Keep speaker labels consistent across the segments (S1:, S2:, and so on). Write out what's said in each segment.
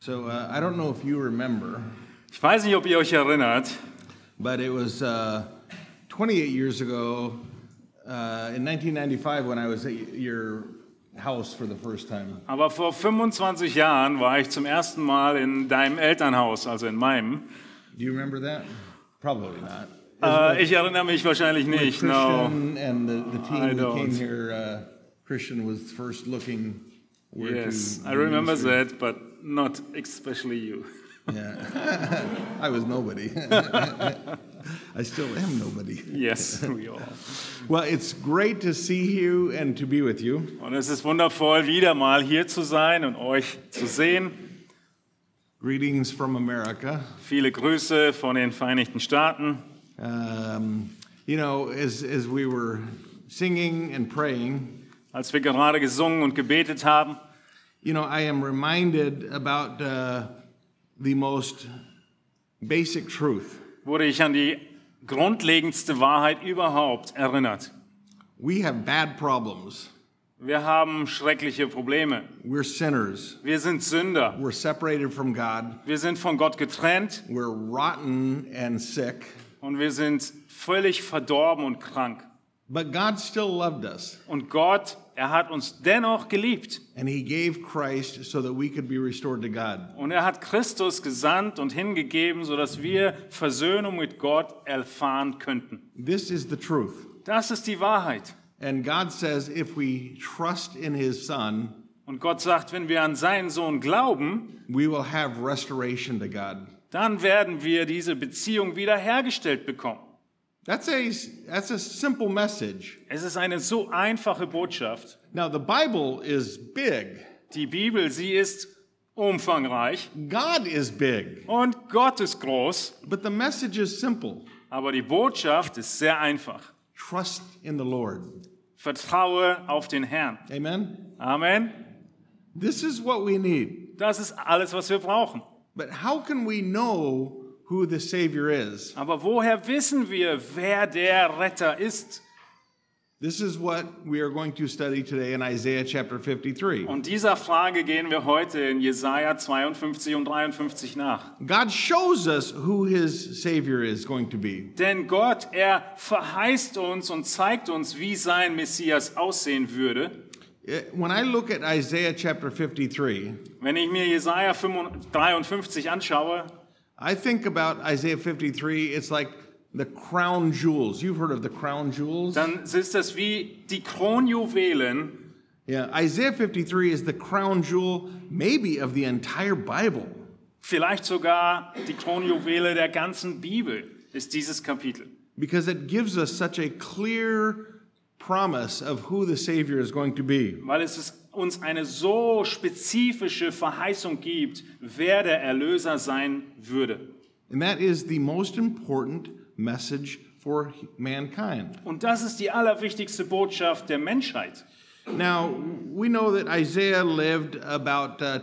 S1: So uh, I don't know if you remember,
S2: Ich weiß nicht, ob ihr euch erinnert,
S1: but it was uh, 28 years ago uh, in 1995 when I was at y- your house for the first time.
S2: aber vor 25 Jahren war ich zum ersten Mal in deinem Elternhaus, also in meinem.
S1: Do you remember that? Probably not.
S2: Äh, ich erinnere mich wahrscheinlich nicht.
S1: Christian
S2: No.
S1: and the, the team
S2: I
S1: that
S2: don't.
S1: came here, uh, Christian was first looking where
S2: Yes,
S1: to.
S2: I remember that, but not especially you.
S1: Yeah. I was nobody. I still am nobody.
S2: Yes, we all.
S1: Well, it's great to see you and to be with you.
S2: Und es ist wundervoll, wieder mal hier zu sein und euch zu sehen.
S1: Greetings from America.
S2: Viele Grüße von den Vereinigten Staaten.
S1: Um, you know, as, as we were singing and praying,
S2: Als wir gerade gesungen und gebetet haben,
S1: you know, I am reminded about uh, the most basic truth.
S2: wurde ich an die grundlegendste Wahrheit überhaupt erinnert.
S1: We have bad problems.
S2: Wir haben schreckliche Probleme.
S1: We're sinners.
S2: Wir sind Sünder.
S1: We're separated from God.
S2: Wir sind von Gott getrennt
S1: We're rotten and sick.
S2: und wir sind völlig verdorben und krank.
S1: But God still loved us,
S2: Und Gott, er hat uns dennoch geliebt.
S1: and He gave Christ so that we could be restored to God.
S2: Und er hat Christus gesandt und hingegeben, sodass wir Versöhnung mit Gott erfahren könnten.
S1: This is the truth.
S2: Das ist die Wahrheit.
S1: And God says if we trust in His Son,
S2: Und Gott sagt, wenn wir an seinen Sohn glauben,
S1: we will have restoration to God.
S2: dann werden wir diese Beziehung wiederhergestellt bekommen.
S1: That's a, that's a simple message.
S2: Es ist eine so einfache Botschaft.
S1: Now, the Bible is big,
S2: Die Bibel, sie ist umfangreich
S1: God is big,
S2: und Gott ist groß,
S1: but the message is simple
S2: aber die Botschaft ist sehr einfach.
S1: trust in the Lord.
S2: Vertraue auf den Herrn.
S1: Amen?
S2: Amen.
S1: This is what we need.
S2: Das ist alles, was wir brauchen.
S1: But how can we know who the Savior is?
S2: Aber woher wissen wir, wer der Retter ist?
S1: This is what we are going to study today in Isaiah chapter 53.
S2: Und dieser Frage gehen wir heute in Jesaja 52 und 53 nach.
S1: God shows us who his Savior is going to be.
S2: Denn Gott, er verheißt uns und zeigt uns, wie sein Messias aussehen würde.
S1: Eh, When I look at Isaiah chapter 53,
S2: Wenn ich mir Jesaja 53 anschaue,
S1: I think about Isaiah 53, it's like the crown jewels. You've heard of the crown jewels?
S2: dann ist das wie die Kronjuwelen.
S1: Yeah, Isaiah 53 is the crown jewel, maybe of the entire Bible.
S2: Vielleicht sogar die Kronjuwele der ganzen Bibel ist dieses Kapitel.
S1: Because it gives us such a clear promise of who the Savior is going to be.
S2: Weil es ist- uns eine so spezifische Verheißung gibt, wer der Erlöser sein würde.
S1: And that is the most important message for mankind.
S2: Und das ist die allerwichtigste Botschaft der Menschheit.
S1: Now, we know that Isaiah lived about uh,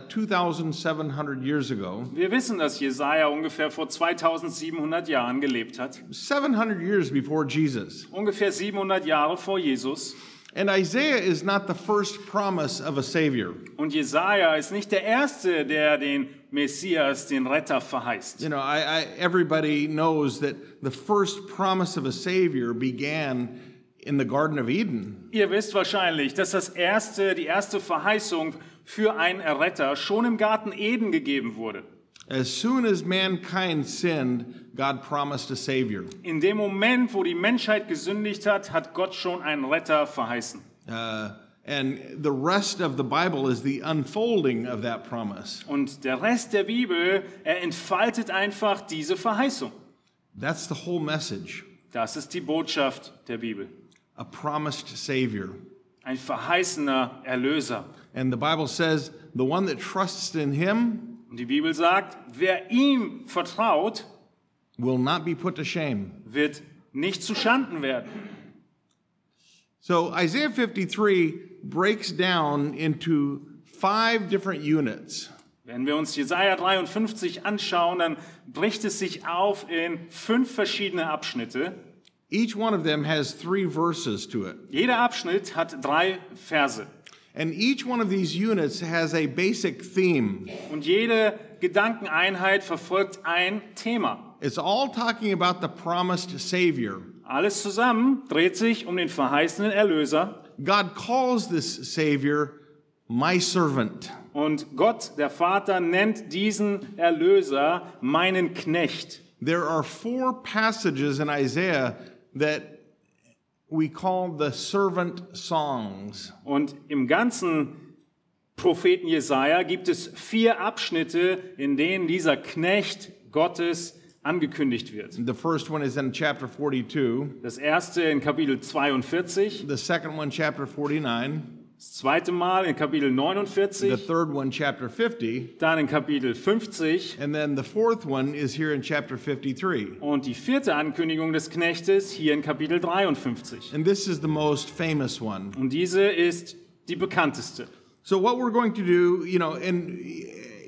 S1: 2,700 years ago.
S2: Wir wissen, dass Jesaja ungefähr vor 2700 Jahren gelebt hat.
S1: 700 years before Jesus.
S2: Ungefähr 700 Jahre vor Jesus.
S1: And Isaiah is not the first promise of a Savior.
S2: Und Jesaja ist nicht der Erste, der den Messias, den Retter verheißt.
S1: You know, I, I, everybody knows that the first promise of a Savior began in the Garden of Eden.
S2: Ihr wisst wahrscheinlich, dass das erste, die erste Verheißung für einen Erretter schon im Garten Eden gegeben wurde.
S1: As soon as mankind sinned, God promised a Savior.
S2: In dem Moment, wo die Menschheit gesündigt hat, hat Gott schon einen Retter verheißen.
S1: Uh, and the rest of the Bible is the unfolding of that promise.
S2: Und der Rest der Bibel, er entfaltet einfach diese Verheißung.
S1: That's the whole message
S2: Das ist die Botschaft der Bibel.
S1: a promised Savior.
S2: Ein verheißener Erlöser.
S1: And the Bible says the one that trusts in Him
S2: Und die Bibel sagt, wer ihm vertraut,
S1: will not be put to shame.
S2: wird nicht zu Schanden werden.
S1: So Isaiah 53 breaks down into five different units.
S2: Wenn wir uns Jesaja 53 anschauen, dann bricht es sich auf in fünf verschiedene Abschnitte.
S1: Each one of them has three verses to it.
S2: Jeder Abschnitt hat drei Verse.
S1: And each one of these units has a basic theme.
S2: Und jede Gedankeneinheit verfolgt ein Thema.
S1: It's all talking about the promised Savior.
S2: Alles zusammen dreht sich um den verheißenen Erlöser.
S1: God calls this Savior my servant.
S2: Und Gott, der Vater, nennt diesen Erlöser meinen Knecht.
S1: There are four passages in Isaiah that we call the servant songs.
S2: Und im ganzen Propheten Jesaja gibt es vier Abschnitte, in denen dieser Knecht Gottes angekündigt wird.
S1: The first one is in chapter 42,
S2: Das erste in Kapitel 42,
S1: the second one, chapter 49,
S2: das zweite Mal in Kapitel
S1: the
S2: 49,
S1: third one, chapter 50,
S2: dann in Kapitel 50
S1: and then the fourth one is here in chapter 53.
S2: und die vierte Ankündigung des Knechtes hier in Kapitel 53.
S1: And this is the most famous one.
S2: Und diese ist die bekannteste.
S1: So, what we're going to do, you know, in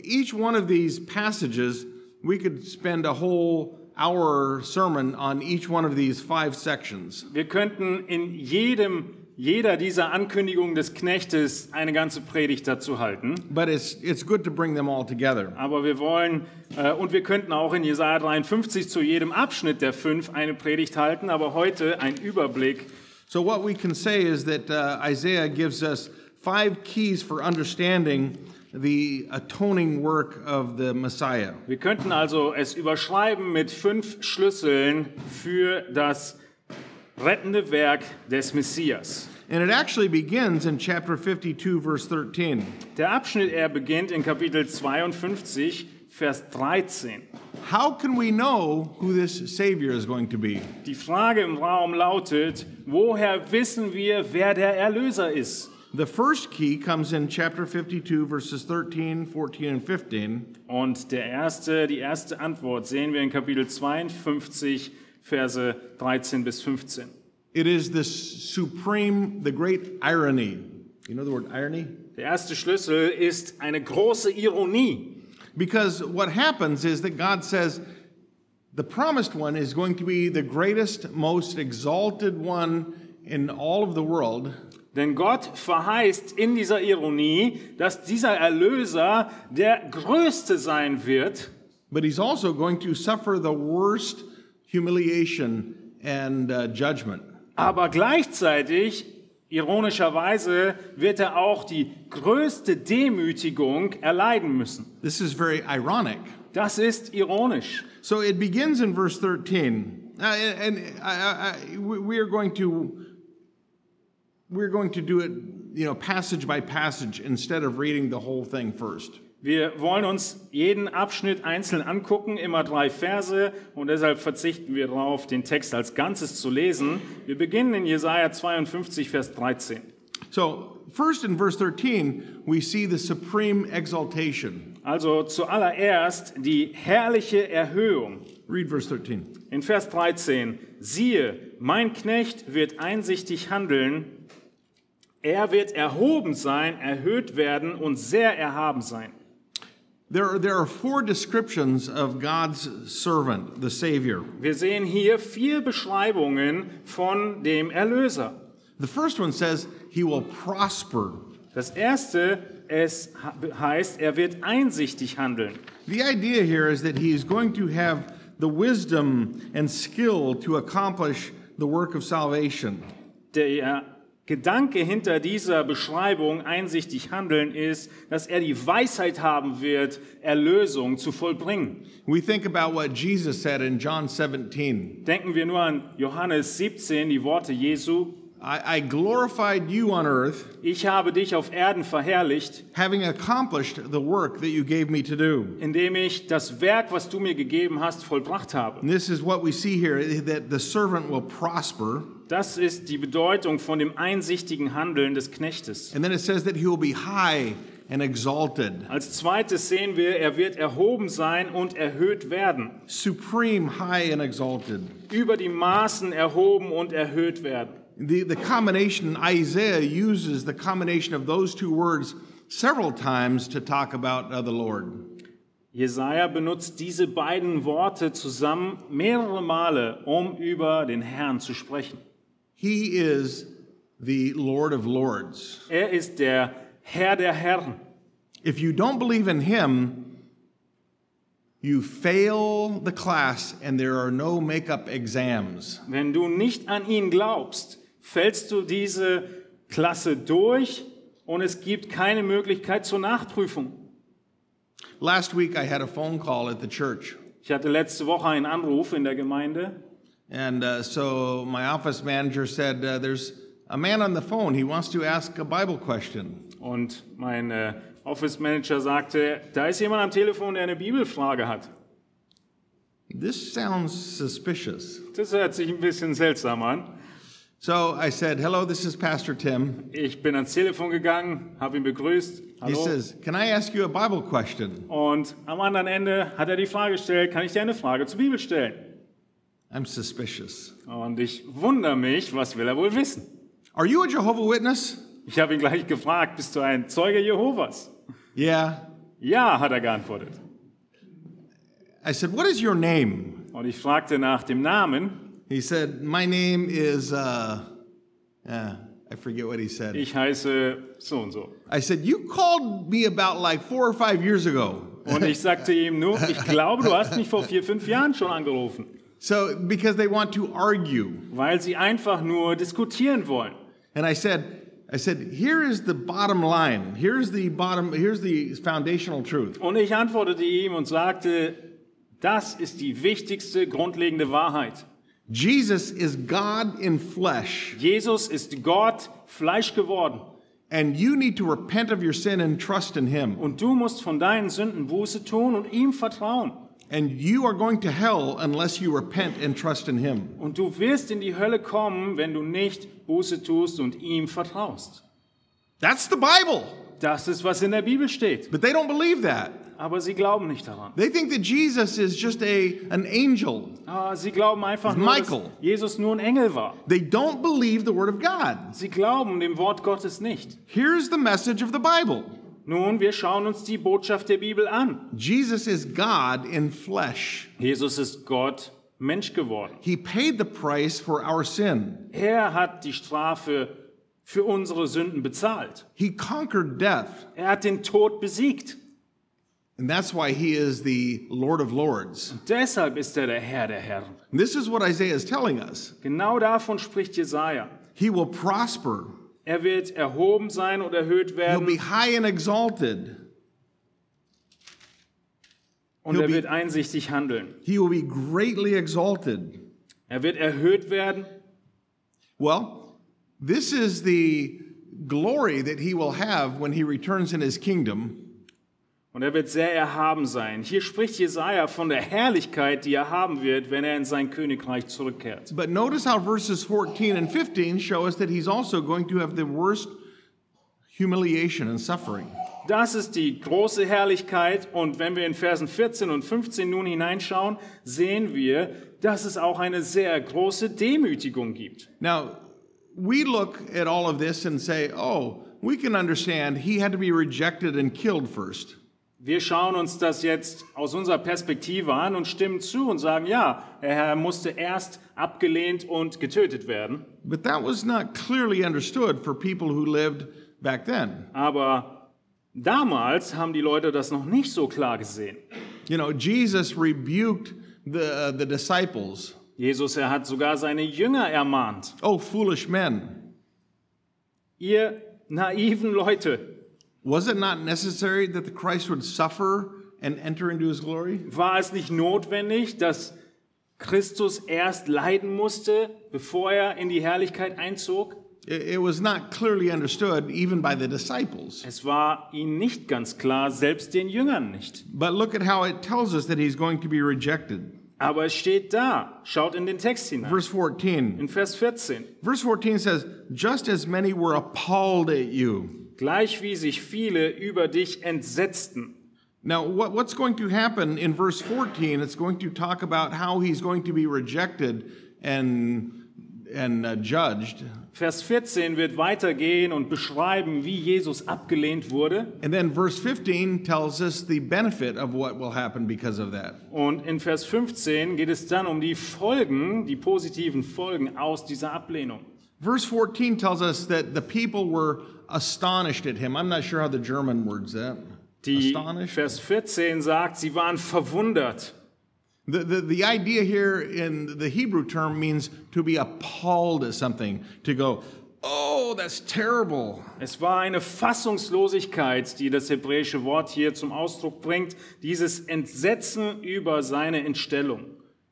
S1: each one of these passages, we could spend a whole hour sermon on each one of these five sections.
S2: Wir könnten in jedem, jeder dieser Ankündigungen des Knechtes eine ganze Predigt dazu halten.
S1: But it's, it's good to bring them all together.
S2: Aber wir wollen, äh, und wir könnten auch in Jesaja 53 zu jedem Abschnitt der fünf eine Predigt halten, aber heute ein Überblick.
S1: So, what we can say is that uh, Isaiah gives us five keys for understanding the atoning work of the Messiah.
S2: Wir könnten also es überschreiben mit fünf Schlüsseln für das rettende Werk des Messias.
S1: And it actually begins in chapter 52, verse 13.
S2: Der Abschnitt, er beginnt in Kapitel 52, Vers 13.
S1: How can we know who this Savior is going to be?
S2: Die Frage im Raum lautet, woher wissen wir, wer der Erlöser ist?
S1: The first key comes in chapter 52, verses 13, 14, and 15.
S2: Und der erste, die erste Antwort sehen wir in Kapitel 52, Verse 13 bis 15.
S1: It is this supreme, the great irony. You know the word irony?
S2: Der erste Schlüssel ist eine große Ironie,
S1: Because what happens is that God says, the promised one is going to be the greatest, most exalted one in all of the world.
S2: denn Gott verheißt in dieser Ironie, dass dieser Erlöser der Größte sein wird,
S1: But he's also going to suffer the worst humiliation and uh, judgment.
S2: aber gleichzeitig, ironischerweise, wird er auch die größte Demütigung erleiden müssen.
S1: This is very ironic.
S2: Das ist ironisch.
S1: So it begins in verse 13, uh, and and I, I, I, we we are going to we're going to do it, you know, passage by passage instead of reading the whole thing first.
S2: Wir wollen uns jeden Abschnitt einzeln angucken, immer drei Verse, und deshalb verzichten wir darauf, den Text als Ganzes zu lesen. Wir beginnen in Jesaja 52, Vers 13.
S1: So first in verse 13, we see the supreme exaltation.
S2: Also zuallererst die herrliche Erhöhung.
S1: Read verse 13.
S2: In Vers 13, siehe, mein Knecht wird einsichtig handeln, er wird erhoben sein, erhöht werden und sehr erhaben sein.
S1: There are, there are four descriptions of God's servant, the Savior.
S2: Wir sehen hier vier Beschreibungen von dem Erlöser.
S1: The first one says he will prosper.
S2: Das erste, es heißt, er wird einsichtig handeln.
S1: The idea here is that he is going to have the wisdom and skill to accomplish the work of salvation.
S2: Der Gedanke hinter dieser Beschreibung, einsichtig handeln, ist, dass er die Weisheit haben wird, Erlösung zu vollbringen.
S1: We think about what Jesus said in John 17
S2: Denken wir nur an Johannes 17, die Worte Jesu.
S1: I, I glorified you on earth,
S2: Ich habe dich auf Erden verherrlicht,
S1: having accomplished the work that you gave me to do.
S2: indem ich das Werk, was du mir gegeben hast, vollbracht habe.
S1: And this is what we see here that the servant will prosper.
S2: Das ist die Bedeutung von dem einsichtigen Handeln des Knechtes.
S1: And then it says that he will be high and exalted,
S2: Als zweites sehen wir, er wird erhoben sein und erhöht werden.
S1: supreme, high, and exalted.
S2: Über die Maßen erhoben und erhöht werden.
S1: The, the combination, Isaiah uses the combination of those two words several times to talk about uh, the Lord.
S2: Jesaja benutzt diese beiden Worte zusammen mehrere Male, um über den Herrn zu sprechen.
S1: He is the Lord of Lords.
S2: Er ist der Herr der Herren.
S1: If you don't believe in him, you fail the class and there are no makeup exams.
S2: Wenn du nicht an ihn glaubst, fällst du diese Klasse durch und es gibt keine Möglichkeit zur Nachprüfung.
S1: Last week I had a phone call at the church.
S2: Ich hatte letzte Woche einen Anruf in der Gemeinde
S1: And uh, so my office manager said, uh, There's a man on the phone. He wants to ask a Bible question.
S2: und mein äh, Office Manager sagte, da ist jemand am Telefon, der eine Bibelfrage hat.
S1: This sounds suspicious.
S2: Das hört sich ein bisschen seltsam an.
S1: So I said, Hello, this is Pastor Tim.
S2: Ich bin ans Telefon gegangen, habe ihn begrüßt.
S1: He
S2: Hallo.
S1: says, Can I ask you a Bible question?
S2: Und am anderen Ende hat er die Frage gestellt, kann ich dir eine Frage zur Bibel stellen?
S1: I'm suspicious.
S2: Und ich wundere mich, was will er wohl wissen?
S1: Are you a Jehovah Witness?
S2: Ich habe ihn gleich gefragt, bist du ein Zeuge Jehovas?
S1: Yeah.
S2: Ja, hat er geantwortet.
S1: I said, What is your name?
S2: Und ich fragte nach dem Namen.
S1: He said, My name is, uh, uh, I forget what he said.
S2: Ich heiße so und so.
S1: I said, You called me about like four or five years ago.
S2: Und ich sagte ihm nur, ich glaube, du hast mich vor vier, fünf Jahren schon angerufen,
S1: So, because they want to argue.
S2: weil sie einfach nur diskutieren wollen.
S1: And I said, I said, here is the bottom line. Here's the bottom, here's the foundational truth.
S2: Und ich antwortete ihm und sagte, das ist die wichtigste, grundlegende Wahrheit.
S1: Jesus is God in flesh,
S2: Jesus ist Gott Fleisch geworden.
S1: and you need to repent of your sin and trust in him.
S2: Und du musst von deinen Sünden Buße tun und ihm vertrauen.
S1: And you are going to hell unless you repent and trust in him.
S2: Und du wirst in die Hölle kommen, wenn du nicht Buße tust und ihm vertraust.
S1: That's the Bible.
S2: Das ist, was in der Bibel steht.
S1: But they don't believe that.
S2: Aber sie glauben nicht daran.
S1: They think that Jesus is just a an angel.
S2: Ah, Sie glauben einfach nur,
S1: Michael.
S2: dass Jesus nur ein Engel war.
S1: They don't believe the word of God.
S2: Sie glauben dem Wort Gottes nicht.
S1: Here's the message of the Bible.
S2: Nun, wir schauen uns die Botschaft der Bibel an.
S1: Jesus is God in flesh.
S2: Jesus ist Gott Mensch geworden.
S1: He paid the price for our sin.
S2: Er hat die Strafe für unsere Sünden bezahlt.
S1: He conquered death,
S2: Er hat den Tod besiegt.
S1: and that's why he is the Lord of Lords.
S2: Deshalb ist er der Herr der Herren.
S1: This is what Isaiah is telling us.
S2: Genau davon spricht Jesaja.
S1: He will prosper.
S2: Er wird erhoben sein und erhöht
S1: He'll
S2: werden
S1: be high and exalted.
S2: und
S1: he'll
S2: er
S1: be-
S2: wird einsichtig handeln.
S1: He will be greatly exalted.
S2: Er wird erhöht werden.
S1: Well, this is the glory that he will have when he returns in his kingdom.
S2: Und er wird sehr erhaben sein. Hier spricht Jesaja von der Herrlichkeit, die er haben wird, wenn er in sein Königreich zurückkehrt.
S1: But notice how verses 14 and 15 show us that he's also going to have the worst humiliation and suffering.
S2: Das ist die große Herrlichkeit. Und wenn wir in Versen 14 und 15 nun hineinschauen, sehen wir, dass es auch eine sehr große Demütigung gibt.
S1: Now, we look at all of this and say, oh, we can understand he had to be rejected and killed first.
S2: Wir schauen uns das jetzt aus unserer Perspektive an und stimmen zu und sagen, ja, der Herr musste erst abgelehnt und getötet werden.
S1: But that was not clearly understood for people who lived back then.
S2: Aber damals haben die Leute das noch nicht so klar gesehen.
S1: You know, Jesus rebuked the, uh, the disciples.
S2: Jesus, er hat sogar seine Jünger ermahnt.
S1: Oh, foolish men.
S2: Ihr naiven Leute,
S1: Was it not necessary that the Christ would suffer and enter into his glory?
S2: war es nicht notwendig, dass Christus erst leiden musste, bevor er in die Herrlichkeit einzog?
S1: It, it was not clearly understood even by the disciples.
S2: Es war ihnen nicht ganz klar, selbst den Jüngern nicht.
S1: But look at how it tells us that he's going to be rejected.
S2: Aber es steht da. Schaut in den Text hinein.
S1: Verse 14.
S2: In Vers 14.
S1: Verse 14 says, Just as many were appalled at you.
S2: Gleich wie sich viele über dich entsetzten.
S1: Now, what, what's going to happen in verse 14? It's going to talk about how he's going to be rejected and, and uh, judged.
S2: Vers 14 wird weitergehen und beschreiben, wie Jesus abgelehnt wurde.
S1: And then verse 15 tells us the benefit of what will happen because of that.
S2: Und in Vers 15 geht es dann um die Folgen, die positiven Folgen aus dieser Ablehnung.
S1: Verse 14 tells us that the people were astonished at him. I'm not sure how the German words that.
S2: Die
S1: astonished.
S2: Vers 14 sagt, sie waren verwundert.
S1: The, the, the idea here in the Hebrew term means to be appalled at something, to go, oh, that's terrible.
S2: Es war eine Fassungslosigkeit, die das hebräische Wort hier zum Ausdruck bringt, dieses Entsetzen über seine Entstellung.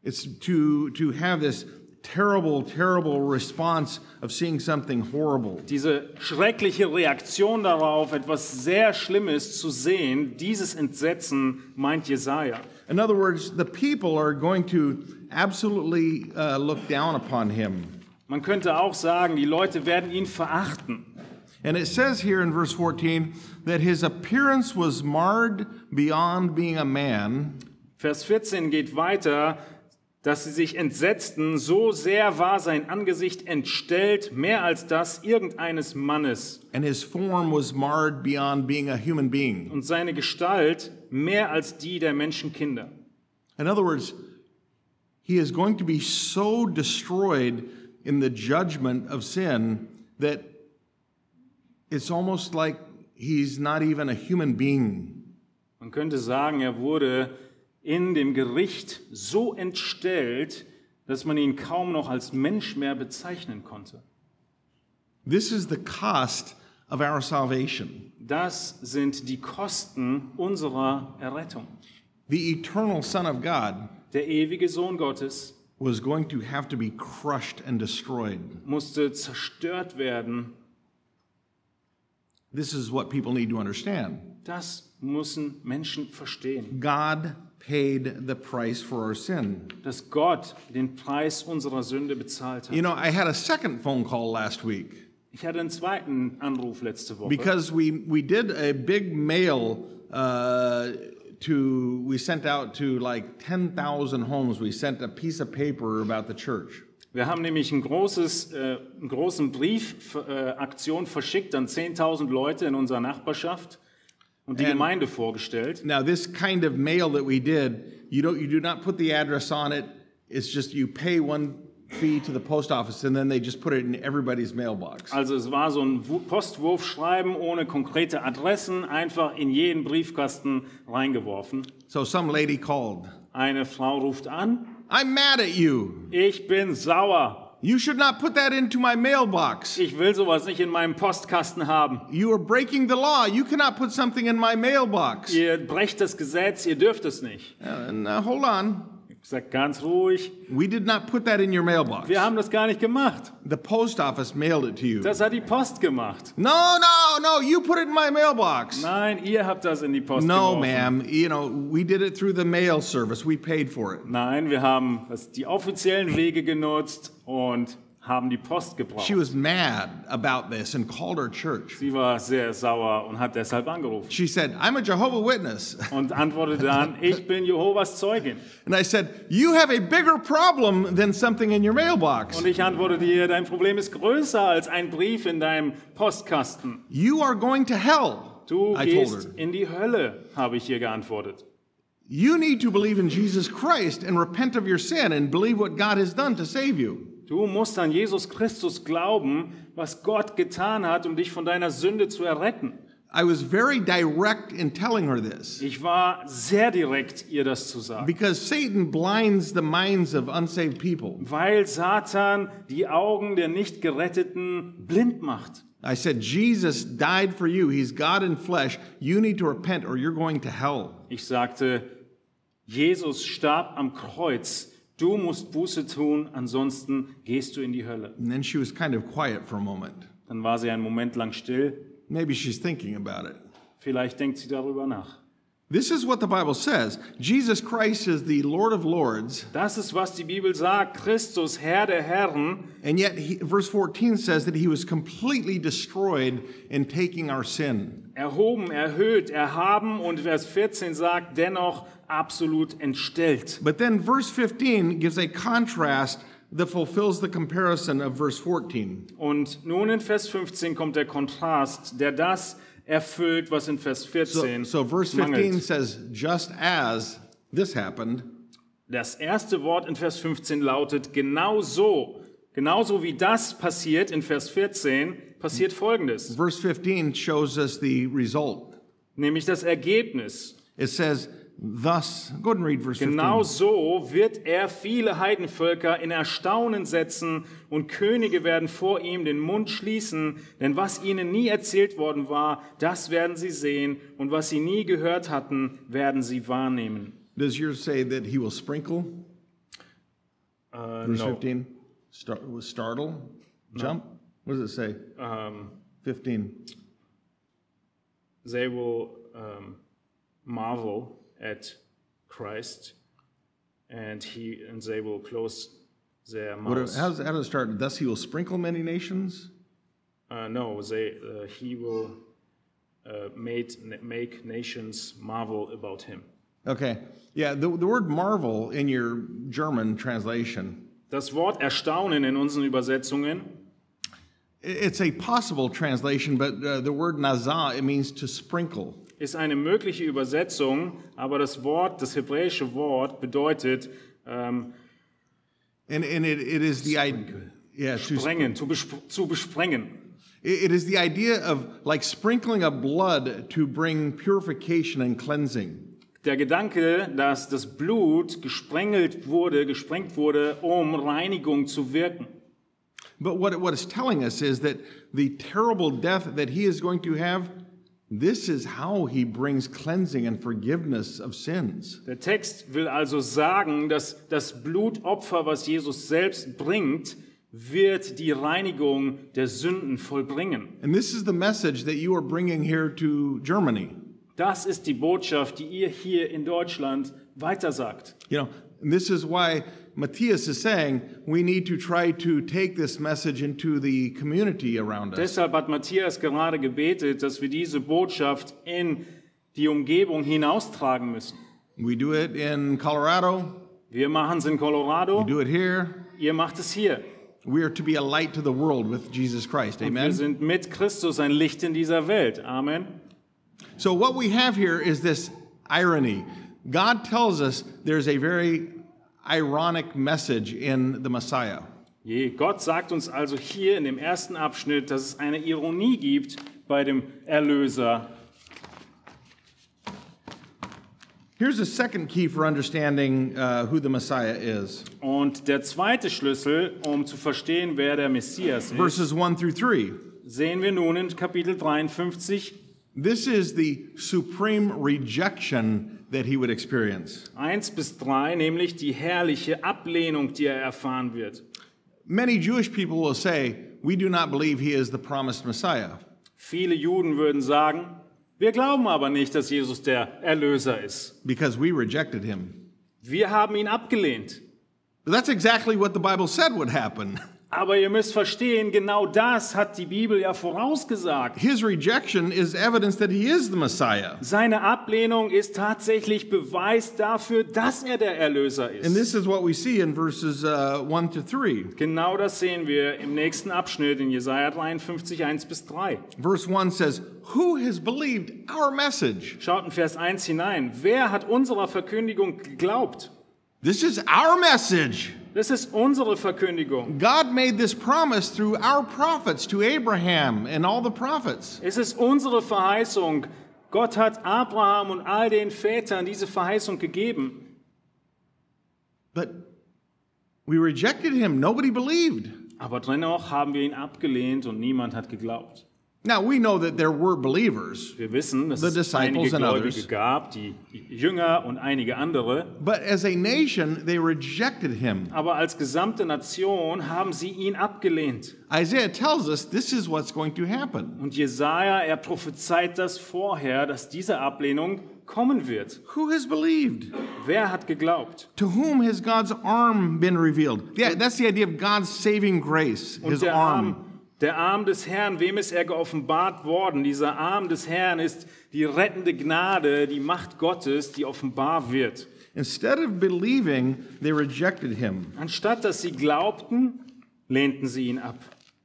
S1: It's to, to have this terrible, terrible response of seeing something horrible.
S2: Diese schreckliche Reaktion darauf, etwas sehr Schlimmes zu sehen, dieses Entsetzen meint Jesaja.
S1: In other words, the people are going to absolutely uh, look down upon him.
S2: Man könnte auch sagen, die Leute werden ihn verachten.
S1: And it says here in verse 14 that his appearance was marred beyond being a man,
S2: Vers 14 geht weiter, dass sie sich entsetzten, so sehr war sein Angesicht entstellt, mehr als das irgendeines Mannes
S1: and his form was marred beyond being a human being.
S2: und seine Gestalt mehr als die der Menschenkinder.
S1: In other words, he is going to be so destroyed in the judgment of sin that it's almost like he's not even a human being.
S2: Man könnte sagen, er wurde in dem Gericht so entstellt, dass man ihn kaum noch als Mensch mehr bezeichnen konnte.
S1: This is the cost of our salvation.
S2: Das sind die Kosten unserer Errettung.
S1: The eternal Son of God
S2: Der ewige Sohn Gottes
S1: was going to have to be crushed and destroyed.
S2: musste zerstört werden.
S1: This is what people need to understand.
S2: Das müssen Menschen verstehen,
S1: God paid the price for our sin.
S2: dass Gott den Preis unserer Sünde bezahlt hat.
S1: You know, I had a second phone call last week
S2: Ich hatte einen zweiten Anruf letzte Woche.
S1: because we, we did a big mail uh, to, we sent out to like 10,000 homes. We sent a piece of paper about the church.
S2: Wir haben nämlich ein großes, äh, einen großen Brief, äh, Aktion verschickt an 10.000 Leute in unserer Nachbarschaft und die
S1: Ähm.
S2: Gemeinde vorgestellt.
S1: Now, this kind of mail that we did, you don't, you do not put the address on it. It's just you pay one fee to the post office and then they just put it in everybody's mailbox.
S2: Also es war so ein Wu- Postwurfschreiben ohne konkrete Adressen, einfach in jeden Briefkasten reingeworfen.
S1: So some lady called.
S2: Eine Frau ruft an,
S1: I'm mad at you.
S2: ich bin sauer,
S1: You should not put that into my mailbox.
S2: ich will sowas nicht in meinem Postkasten haben.
S1: You are breaking the law. You cannot put something in my mailbox.
S2: Ihr brecht das Gesetz, ihr dürft es nicht.
S1: Uh, no, hold on.
S2: Ich sag ganz ruhig,
S1: We did not put that in your mailbox.
S2: wir haben das gar nicht gemacht.
S1: The post office mailed it to you.
S2: Das hat die Post gemacht.
S1: no, no, no. You put it in my mailbox.
S2: Nein, ihr habt das in die Post
S1: No,
S2: geworfen.
S1: ma'am. You know, we did it through the mail service. We paid for it.
S2: Nein, wir haben das, die offiziellen Wege genutzt und haben die Post gebraucht.
S1: She was mad about this and called her church.
S2: Sie war sehr sauer und hat deshalb angerufen
S1: She said, I'm a Jehovah Witness.
S2: und antwortete dann, ich bin Jehovas Zeugin.
S1: And I said, You have a bigger problem than something in your mailbox.
S2: Und ich antwortete ihr, dein Problem ist größer als ein Brief in deinem Postkasten.
S1: You are going to hell.
S2: Du
S1: I told
S2: gehst
S1: her.
S2: in die Hölle, habe ich ihr geantwortet.
S1: You need to believe in Jesus Christ and repent of your sin and believe what God has done to save you.
S2: Du musst an Jesus Christus glauben, was Gott getan hat, um dich von deiner Sünde zu erretten.
S1: I was very direct in telling her this
S2: Ich war sehr direkt, ihr das zu sagen.
S1: because Satan blinds the minds of unsaved people.
S2: Weil Satan die Augen der nicht geretteten blind macht.
S1: I said, Jesus died for you. He's God in flesh. You need to repent or you're going to hell.
S2: Ich sagte, Jesus starb am Kreuz. Du musst Buße tun, ansonsten gehst du in die Hölle.
S1: And then she was kind of quiet for a moment.
S2: Dann war sie einen Moment lang still.
S1: Maybe she's thinking about it.
S2: Vielleicht denkt sie darüber nach.
S1: This is what the Bible says Jesus Christ is the Lord of Lords,
S2: Das ist, was die Bibel sagt. Christus, Herr der Herren.
S1: and yet he, verse 14 says that he was completely destroyed in taking our sin.
S2: Erhoben, erhöht, erhaben. Und Vers 14 sagt, dennoch absolut entstellt.
S1: But then verse 15 gives a contrast that fulfills the comparison of verse 14.
S2: Und nun in Vers 15 kommt der Kontrast, der das erfüllt, was in Vers
S1: So,
S2: 14
S1: so verse 15
S2: mangelt.
S1: says, just as this happened,
S2: Das erste Wort in Vers 15 lautet genau so. Genauso wie das passiert in Vers 14, passiert Folgendes,
S1: Verse 15 shows us the result.
S2: nämlich das Ergebnis.
S1: It says, Thus, go ahead and read verse 15.
S2: Genau so wird er viele Heidenvölker in Erstaunen setzen und Könige werden vor ihm den Mund schließen, denn was ihnen nie erzählt worden war, das werden sie sehen und was sie nie gehört hatten, werden sie wahrnehmen.
S1: Does yours say that he will sprinkle?
S2: Äh,
S1: Verse
S2: no.
S1: 15. Star- was startle? Jump? What does it say?
S2: Ähm,
S1: 15.
S2: they will um, marvel at Christ, and he and they will close their
S1: What,
S2: mouths.
S1: how, does, how does it start? Thus he will sprinkle many nations?
S2: Uh, no, they uh, he will uh, made, make nations marvel about him.
S1: Okay. Yeah, the, the word marvel in your German translation,
S2: Das Wort Erstaunen in unseren Übersetzungen
S1: i- it's a possible translation, but uh, the word nazah, it means to sprinkle.
S2: ist eine mögliche Übersetzung, aber das Wort, das hebräische Wort bedeutet ähm,
S1: And, and it, it is the idea. Yeah, to, it
S2: sprengen, zu, besp zu besprengen.
S1: it is the idea of like sprinkling of blood to bring purification and cleansing.
S2: Der Gedanke, dass das Blut gesprengelt wurde, gesprengt wurde, um Reinigung zu wirken.
S1: But what, what it's telling us is that the terrible death that he is going to have, this is how he brings cleansing and forgiveness of sins.
S2: Der Text will also sagen, dass das Blutopfer, was Jesus selbst bringt, wird die Reinigung der Sünden vollbringen.
S1: And this is the message that you are bringing here to Germany.
S2: Das ist die Botschaft, die ihr hier in Deutschland weitersagt.
S1: You know, and this is why Matthias is saying we need to try to take this message into the community around us.
S2: Deshalb hat Matthias gerade gebetet, dass wir diese Botschaft in die Umgebung hinaustragen müssen.
S1: We do it in Colorado,
S2: Wir machen es in
S1: we
S2: Colorado,
S1: do it here.
S2: ihr macht es hier.
S1: We are to be a light to the world with Jesus Christ.
S2: Wir
S1: Amen.
S2: sind mit Christus ein Licht in dieser Welt. Amen.
S1: So, what we have here is this irony. God tells us there's a very ironic message in the Messiah.
S2: Je, Gott sagt uns also hier in dem ersten Abschnitt, dass es eine Ironie gibt bei dem Erlöser.
S1: Here's a second key for understanding uh, who the Messiah is
S2: Und der zweite Schlüssel, um zu verstehen, wer der Messias ist,
S1: verses 1 through 3.
S2: sehen wir nun in Kapitel 53,
S1: This is the supreme rejection that he would experience.
S2: 1 bis 3, nämlich die herrliche Ablehnung, die er erfahren wird.
S1: Many Jewish people will say, We do not believe he is the promised Messiah.
S2: Viele Juden würden sagen, wir glauben aber nicht, dass Jesus der Erlöser ist.
S1: Because we rejected him.
S2: Wir haben ihn abgelehnt.
S1: But that's exactly what the Bible said would happen.
S2: Aber ihr müsst verstehen, genau das hat die Bibel ja vorausgesagt.
S1: His rejection is evidence that he is the Messiah.
S2: Seine Ablehnung ist tatsächlich Beweis dafür, dass er der Erlöser
S1: And
S2: ist.
S1: this is what we see in verses uh, 1 to 3.
S2: Genau das sehen wir im nächsten Abschnitt in Jesaja 53, 1 bis 3.
S1: Verse 1 says, Who has believed our message?
S2: Schaut in Vers 1 hinein. Wer hat unserer Verkündigung geglaubt?
S1: This is our message.
S2: Das ist unsere Verkündigung.
S1: God made this promise through our prophets to Abraham and all the prophets.
S2: Es ist unsere Verheißung. Gott hat Abraham und all den Vätern diese Verheißung gegeben.
S1: But we rejected him. Nobody believed.
S2: Aber dennoch haben wir ihn abgelehnt und niemand hat geglaubt.
S1: Now, we know that there were believers,
S2: Wir wissen, dass
S1: The
S2: es einige
S1: disciples and
S2: Gläubige
S1: others.
S2: gab, die Jünger und einige andere.
S1: but as a nation, they rejected him.
S2: Aber als gesamte Nation haben sie ihn abgelehnt.
S1: Isaiah tells us this is what's going to happen.
S2: Und Jesaja, er prophezeit das vorher, dass diese Ablehnung kommen wird.
S1: Who has believed?
S2: Wer hat geglaubt?
S1: To whom has God's arm been revealed? Yeah, that's the idea of God's saving grace,
S2: Und
S1: his
S2: der
S1: arm.
S2: Arm, der Arm des Herrn, wem ist er geoffenbart worden? Dieser Arm des Herrn ist die rettende Gnade, die Macht Gottes, die offenbar wird.
S1: Instead of believing, they rejected him.
S2: Anstatt dass sie glaubten, lehnten sie ihn ab.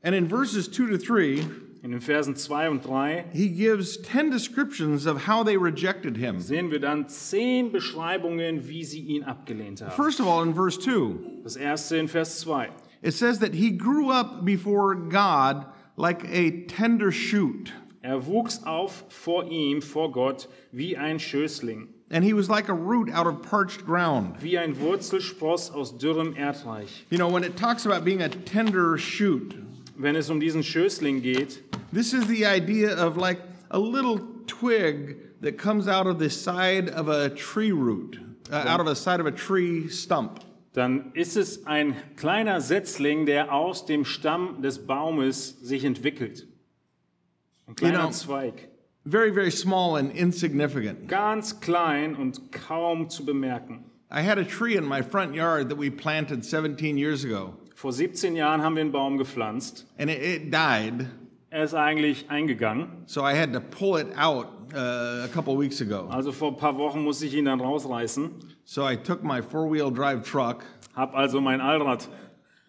S1: And in verses 2 to 3,
S2: In den Versen 2 und 3
S1: he gives 10 descriptions of how they rejected him.
S2: sehen wir dann zehn Beschreibungen, wie sie ihn abgelehnt haben.
S1: First of all, in verse 2,
S2: Das erste in Vers 2.
S1: It says that he grew up before God like a tender shoot,
S2: Er wuchs auf vor ihm, vor Gott, wie ein Schößling,
S1: and he was like a root out of parched ground.
S2: wie ein Wurzelspross aus dürrem Erdreich.
S1: You know, when it talks about being a tender shoot,
S2: Wenn es um diesen Schößling geht,
S1: this is the idea of like a little twig that comes out of the side of a tree root, uh, out of the side of a tree stump.
S2: dann ist es ein kleiner Setzling, der aus dem Stamm des Baumes sich entwickelt. Ein kleiner
S1: Genau.
S2: Zweig.
S1: Very, very small and insignificant.
S2: Ganz klein und kaum zu bemerken.
S1: I had a tree in my front yard that we planted 17 years ago,
S2: Vor 17 Jahren haben wir einen Baum gepflanzt.
S1: and it, it died.
S2: Er ist eigentlich eingegangen.
S1: So I had to pull it out uh, a couple weeks ago.
S2: Also vor ein paar Wochen musste ich ihn dann rausreißen.
S1: So I took my four wheel drive truck
S2: Hab also mein Allrad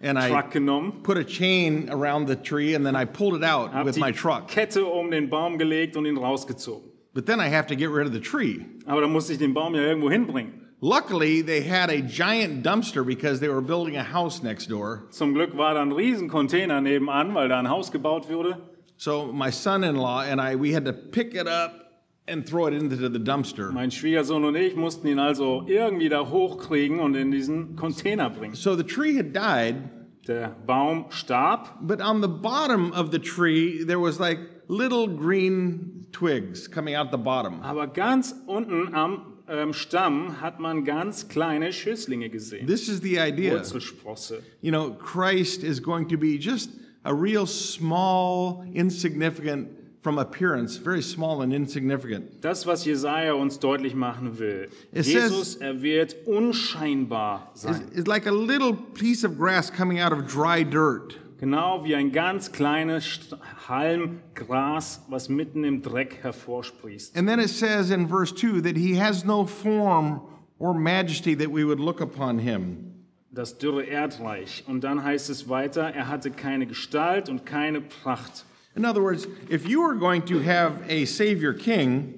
S1: and I
S2: Truck genommen,
S1: put a chain around the tree and then I pulled it out
S2: hab
S1: with
S2: die
S1: my truck.
S2: Kette um den Baum gelegt und ihn rausgezogen.
S1: But then I have to get rid of the tree.
S2: Aber dann musste ich den Baum ja irgendwo hinbringen.
S1: Luckily, they had a giant dumpster because they were building a house next door.
S2: Zum Glück war da ein Riesencontainer nebenan, weil da ein Haus gebaut wurde.
S1: So my son in law and I, we had to pick it up and throw it into the dumpster.
S2: Mein Schwiegersohn und ich mussten ihn also irgendwie da hochkriegen und in diesen Container bringen.
S1: So the tree had died,
S2: Der Baum starb,
S1: but on the bottom of the tree, there was like little green twigs coming out the bottom.
S2: aber ganz unten am ähm, Stamm hat man ganz kleine Schößlinge gesehen.
S1: This is the idea.
S2: Wurzelsprosse.
S1: You know, Christ is going to be just a real small, insignificant from appearance, very small and insignificant.
S2: Das, was Jesaja uns deutlich machen will.
S1: Es
S2: Jesus, er wird unscheinbar sein.
S1: It's like a little piece of grass coming out of dry dirt.
S2: Genau wie ein ganz kleines St- Halm Gras, was mitten im Dreck hervorsprießt.
S1: And then it says in verse 2 that he has no form or majesty that we would look upon him.
S2: Das dürre Erdreich. Und dann heißt es weiter, er hatte keine Gestalt und keine Pracht.
S1: In other words, if you are going to have a Savior King,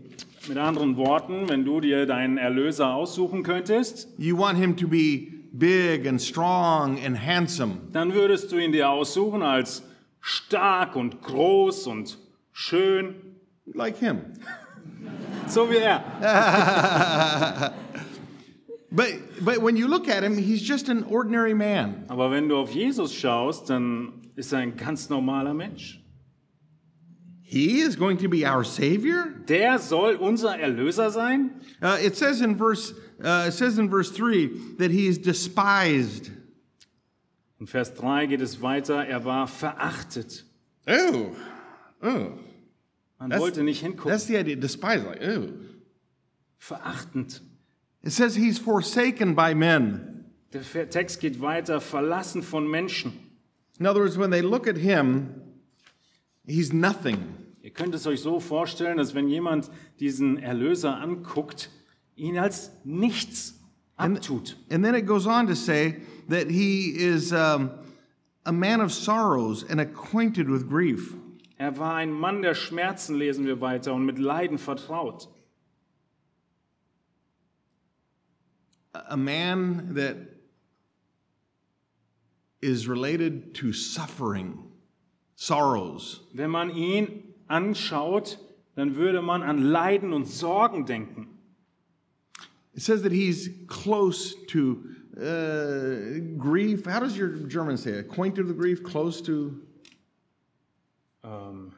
S2: Mit anderen Worten, wenn du dir deinen Erlöser aussuchen könntest,
S1: you want him to be big and strong and handsome.
S2: dann würdest du ihn dir aussuchen als stark und groß und schön,
S1: Like him.
S2: so wie er.
S1: But, but when you look at him, he's just an ordinary man.
S2: Aber wenn du auf Jesus schaust, dann ist er ein ganz normaler Mensch.
S1: He is going to be our Savior?
S2: Der soll unser Erlöser sein?
S1: Uh, it says in verse uh, it says in verse 3 that he is despised.
S2: In Vers 3 geht es weiter, er war verachtet.
S1: Oh, oh.
S2: Man
S1: Das-
S2: wollte nicht hingucken.
S1: That's the idea. Despise, like, oh.
S2: Verachtend.
S1: It says he's forsaken by men.
S2: Der Ver- Text geht weiter, verlassen von Menschen.
S1: In other words, when they look at him, he's nothing.
S2: Ihr könnt es euch so vorstellen, dass wenn jemand diesen Erlöser anguckt, ihn als nichts abtut.
S1: And then it goes on to say that he is um, a man of sorrows and acquainted with grief.
S2: Er war ein Mann der Schmerzen, lesen wir weiter, und mit Leiden vertraut.
S1: A- A man that is related to suffering, sorrows.
S2: Wenn man ihn anschaut, dann würde man an Leiden und Sorgen denken.
S1: It says that he's close to uh, grief. How does your German say? it? Acquainted with grief, close to.
S2: Ähm,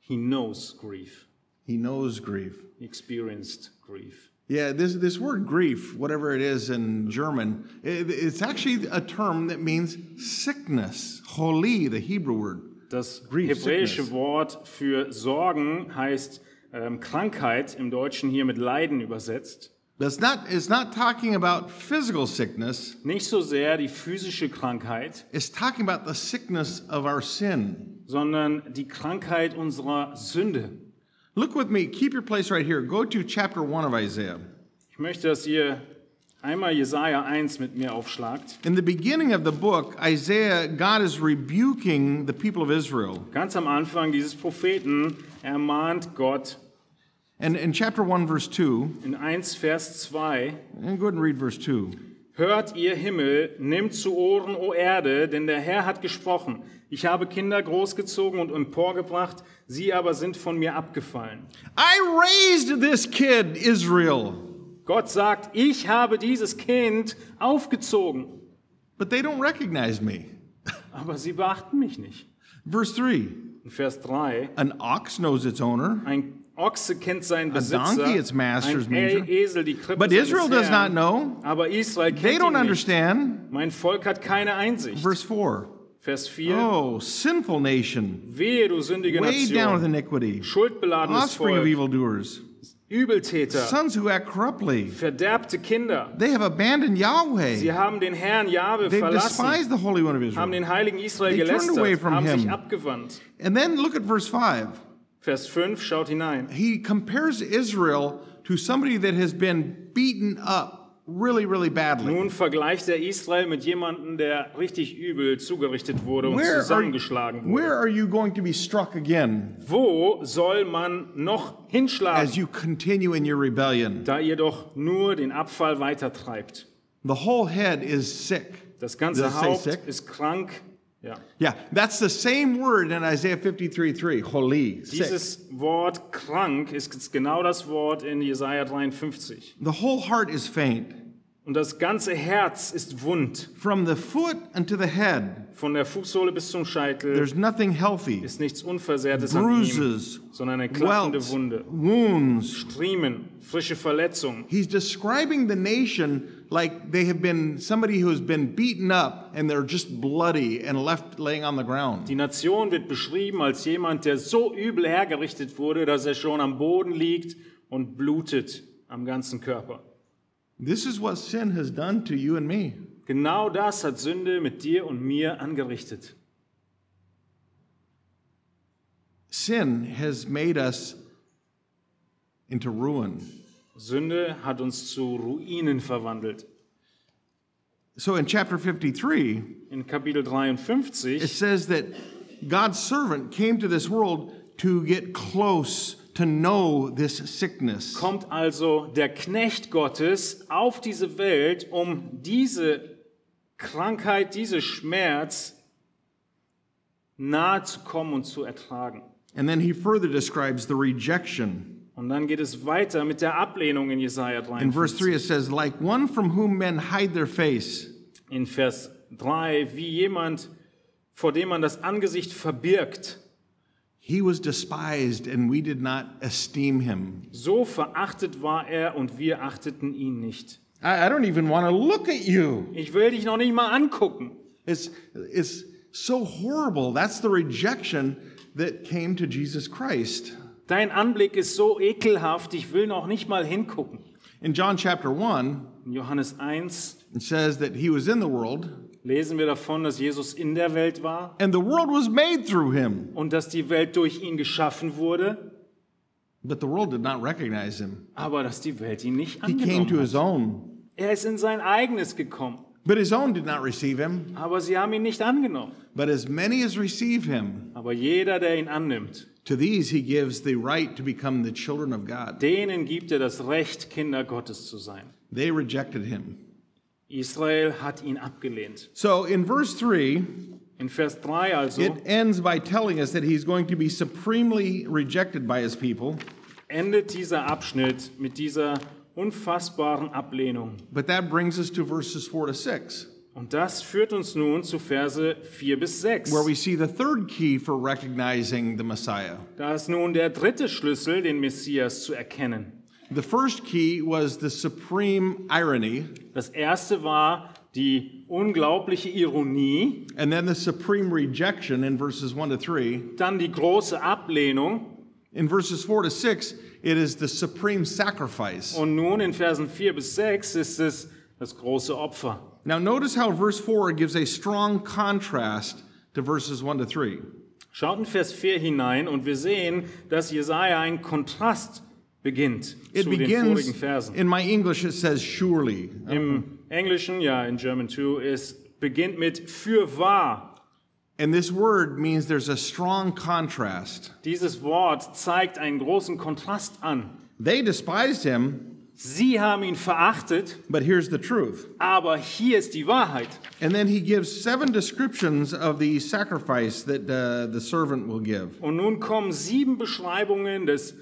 S2: he knows grief.
S1: He knows grief.
S2: He experienced grief.
S1: Yeah, this this word grief, whatever it is in German, it, it's actually a term that means sickness. Holi, the Hebrew word.
S2: Das
S1: Grief,
S2: hebräische
S1: sickness.
S2: Wort für Sorgen heißt ähm, Krankheit, im Deutschen hier mit Leiden übersetzt.
S1: That's not. It's not talking about physical sickness.
S2: Nicht so sehr die physische Krankheit,
S1: It's talking about the sickness of our sin.
S2: sondern die Krankheit unserer Sünde.
S1: Look with me. Keep your place right here. Go to chapter one of Isaiah.
S2: Ich möchte, dass ihr einmal Jesaja 1 mit mir aufschlagt.
S1: In the beginning of the book, Isaiah, God is rebuking the people of Israel.
S2: Ganz am Anfang dieses Propheten ermahnt Gott
S1: And in chapter 1, verse 2,
S2: in 1 Vers 2,
S1: and go ahead and read verse 2.
S2: Hört ihr Himmel, nimmt zu Ohren, o Erde, denn der Herr hat gesprochen. Ich habe Kinder großgezogen und emporgebracht, sie aber sind von mir abgefallen.
S1: I raised this kid, Israel,
S2: Gott sagt, ich habe dieses Kind aufgezogen,
S1: but they don't recognize me.
S2: aber sie beachten mich nicht.
S1: Verse 3
S2: In Vers 3,
S1: An ox knows its owner,
S2: ein Ochse kennt seinen Besitzer,
S1: donkey its master's
S2: ein E-
S1: manger.
S2: Esel die Krippe
S1: but
S2: seines
S1: Israel does not
S2: Herrn.
S1: know.
S2: Aber Israel kennt
S1: They
S2: ihn
S1: don't
S2: nicht.
S1: understand.
S2: Mein Volk hat keine Einsicht.
S1: Verse 4
S2: Vers 4.
S1: Oh, sinful nation,
S2: Wehe, du sündige
S1: weighed down with
S2: Nation,
S1: iniquity,
S2: schuldbeladenes
S1: offspring of
S2: Volk,
S1: evildoers,
S2: Übeltäter,
S1: sons who act corruptly.
S2: verderbte Kinder.
S1: They have abandoned Yahweh.
S2: Sie haben den Herrn Jahwe
S1: They've
S2: verlassen,
S1: despised the Holy One of Israel.
S2: haben den heiligen Israel
S1: They turned away
S2: gelästert,
S1: from
S2: haben sich
S1: him.
S2: abgewandt.
S1: And then look at verse 5.
S2: Vers 5, schaut hinein.
S1: He compares Israel to somebody that has been beaten up really, really badly.
S2: Nun vergleicht er Israel mit jemandem, der richtig übel zugerichtet wurde und
S1: Where are,
S2: zusammengeschlagen wurde.
S1: where are you going to be struck again
S2: Wo soll man noch hinschlagen,
S1: as you continue in your rebellion?
S2: da ihr doch nur den Abfall weitertreibt?
S1: The whole head is sick.
S2: Das
S1: Does
S2: ganze
S1: it say
S2: Haupt
S1: sick?
S2: ist krank. Ja.
S1: Yeah, that's the same word in Isaiah 53 3, holy. sick.
S2: Dieses Wort krank ist genau das Wort in Jesaja 53.
S1: The whole heart is faint.
S2: Und das ganze Herz ist wund.
S1: From the foot unto the head,
S2: Von der Fußsohle bis zum Scheitel
S1: there's nothing healthy.
S2: ist nichts Unversehrtes an ihm,
S1: Bruises,
S2: sondern eine klaffende
S1: welts,
S2: Wunde.
S1: wounds.
S2: Striemen, frische Verletzungen.
S1: He's describing the nation like they have been somebody who has been beaten up and they're just bloody and left laying on the ground.
S2: Die Nation wird beschrieben als jemand, der so übel hergerichtet wurde, dass er schon am Boden liegt und blutet am ganzen Körper.
S1: This is what sin has done to you and me.
S2: Genau das hat Sünde mit dir und mir angerichtet.
S1: Sin has made us into ruin.
S2: Sünde hat uns zu Ruinen verwandelt.
S1: So in chapter 53,
S2: In Kapitel
S1: It
S2: 53
S1: says that God's servant came to this world to get close, to know this sickness.
S2: kommt also der Knecht Gottes auf diese Welt, um diese Krankheit, diese Schmerz nahe zu kommen und zu ertragen.
S1: And then he further describes the rejection.
S2: Und dann geht es weiter mit der Ablehnung in Jesaja
S1: In verse
S2: 53.
S1: 3, it says, like one from whom men hide their face,
S2: In Vers 3, wie jemand, vor dem man das Angesicht verbirgt,
S1: he was despised and we did not esteem him.
S2: so verachtet war er und wir achteten ihn nicht.
S1: I, I don't even want to look at you.
S2: Ich will dich noch nicht mal angucken.
S1: It's, it's so horrible. That's the rejection that came to Jesus Christ.
S2: Dein Anblick ist so ekelhaft, ich will noch nicht mal hingucken.
S1: In John chapter 1,
S2: In Johannes 1
S1: it says that he was in the world,
S2: lesen wir davon, dass Jesus in der Welt war
S1: and the world was made through him.
S2: und dass die Welt durch ihn geschaffen wurde,
S1: But the world did not recognize him.
S2: aber dass die Welt ihn nicht
S1: He came to
S2: angenommen hat.
S1: his own,
S2: Er ist in sein eigenes gekommen,
S1: but his own did not receive him.
S2: aber sie haben ihn nicht angenommen.
S1: But as many as receive him,
S2: Aber jeder, der ihn annimmt,
S1: to these he gives the right to become the children of God.
S2: denen gibt er das Recht, Kinder Gottes zu sein.
S1: They rejected him.
S2: Israel hat ihn abgelehnt.
S1: So in verse 3,
S2: In Vers 3
S1: it
S2: also
S1: ends by telling us that he's going to be supremely rejected by his people.
S2: endet dieser Abschnitt mit dieser unfassbaren Ablehnung.
S1: But that brings us to verses 4 to 6,
S2: Und das führt uns nun zu Verse 4 bis 6.
S1: where we see the third key for recognizing the Messiah.
S2: Da ist nun der dritte Schlüssel, den Messias zu erkennen.
S1: The first key was the supreme irony,
S2: Das erste war die unglaubliche Ironie,
S1: and then the supreme rejection in verses 1 to 3.
S2: dann die große Ablehnung
S1: In verses 4 to 6, it is the supreme sacrifice.
S2: und nun in Versen 4 bis 6 ist es das große Opfer.
S1: Now, notice how verse 4 gives a strong contrast to verses 1 to 3.
S2: Schaut in Vers 4 hinein und wir sehen, dass Jesaja ein Kontrast beginnt
S1: It
S2: zu den vorigen
S1: begins,
S2: Versen.
S1: in my English, it says surely.
S2: Im Englischen, ja, in German too, es beginnt mit für wahr.
S1: And this word means there's a strong contrast.
S2: Dieses Wort zeigt einen großen Kontrast an.
S1: They despised him,
S2: Sie haben ihn verachtet,
S1: But here's the truth.
S2: aber hier ist die Wahrheit.
S1: And then he gives seven descriptions of the sacrifice that uh, the servant will give.
S2: Und nun kommen sieben Beschreibungen des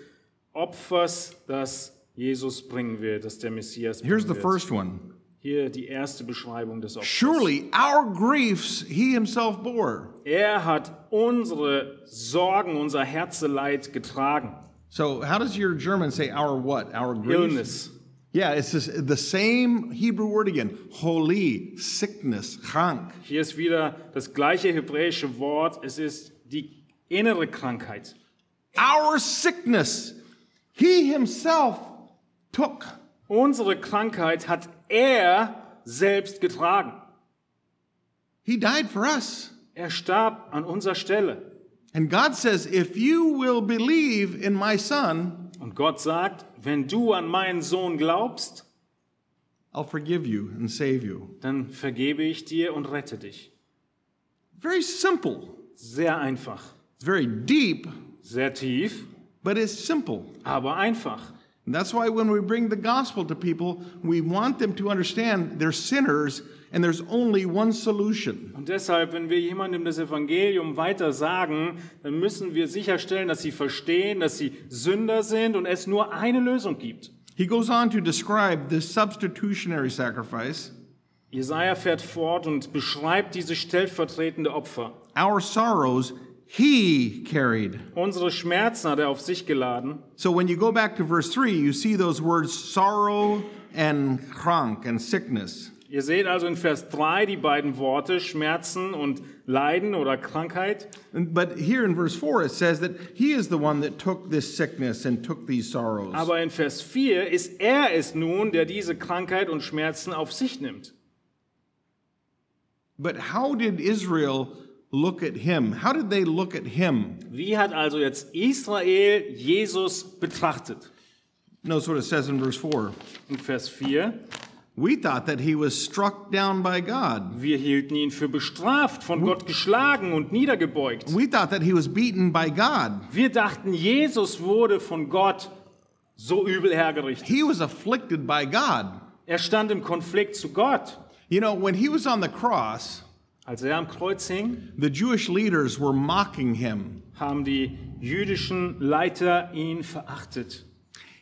S2: Opfers, das Jesus bringen wird, das der Messias bringen
S1: Here's the
S2: wird.
S1: first one.
S2: Hier die erste Beschreibung des Opfers.
S1: Surely our griefs he himself bore.
S2: Er hat unsere Sorgen, unser Herzeleid getragen.
S1: So how does your German say our what? Our griefs?
S2: Illness.
S1: Yeah, it's this, the same Hebrew word again. Holy, sickness, krank.
S2: Hier ist wieder das gleiche hebräische Wort. Es ist die innere Krankheit.
S1: Our sickness he himself took.
S2: Unsere Krankheit hat er selbst getragen.
S1: He died for us.
S2: Er starb an unserer Stelle.
S1: And God says, if you will believe in my son,
S2: Und Gott sagt, wenn du an meinen Sohn glaubst,
S1: I'll forgive you and save you.
S2: dann vergebe ich dir und rette dich.
S1: Very simple.
S2: Sehr einfach.
S1: It's very deep,
S2: Sehr tief,
S1: but it's simple.
S2: aber einfach.
S1: And that's why when we bring the gospel to people, we want them to understand they're sinners and there's only one solution.
S2: Und deshalb, wenn wir jemandem das Evangelium weiter sagen, dann müssen wir sicherstellen, dass sie verstehen, dass sie Sünder sind und es nur eine Lösung gibt.
S1: He goes on to describe this substitutionary sacrifice,
S2: Jesaja fährt fort und beschreibt dieses stellvertretende Opfer.
S1: our sorrows he carried.
S2: Unsere Schmerzen hat er auf sich geladen.
S1: So when you go back to verse 3, you see those words sorrow and krank and sickness.
S2: Ihr seht also in Vers 3 die beiden Worte Schmerzen und Leiden oder Krankheit.
S1: And- But here in verse 4, it says that he is the one that took this sickness and took these sorrows.
S2: Aber in Vers 4 ist er es nun, der diese Krankheit und Schmerzen auf sich nimmt.
S1: But how did Israel look at him? How did they look at him?
S2: Wie hat also jetzt Israel Jesus betrachtet?
S1: Notice what it says in verse 4.
S2: In Vers 4,
S1: We thought that he was struck down by God.
S2: wir hielten ihn für bestraft, von Gott geschlagen und niedergebeugt.
S1: We thought that he was beaten by God.
S2: Wir dachten, Jesus wurde von Gott so übel hergerichtet.
S1: He was afflicted by God.
S2: Er stand im Konflikt zu Gott.
S1: You know, when he was on the cross,
S2: Als er am Kreuz hing,
S1: the Jewish leaders were mocking him.
S2: haben die jüdischen Leiter ihn verachtet.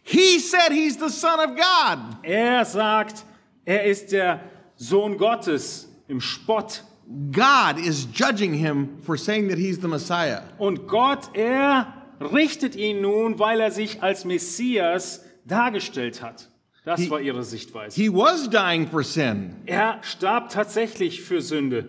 S1: He said he's the Son of God.
S2: Er sagt, er ist der Sohn Gottes im Spott.
S1: God is judging him for saying that he's the Messiah.
S2: Und Gott, er richtet ihn nun, weil er sich als Messias dargestellt hat. Das war ihre Sichtweise.
S1: He was dying for sin,
S2: er starb tatsächlich für Sünde,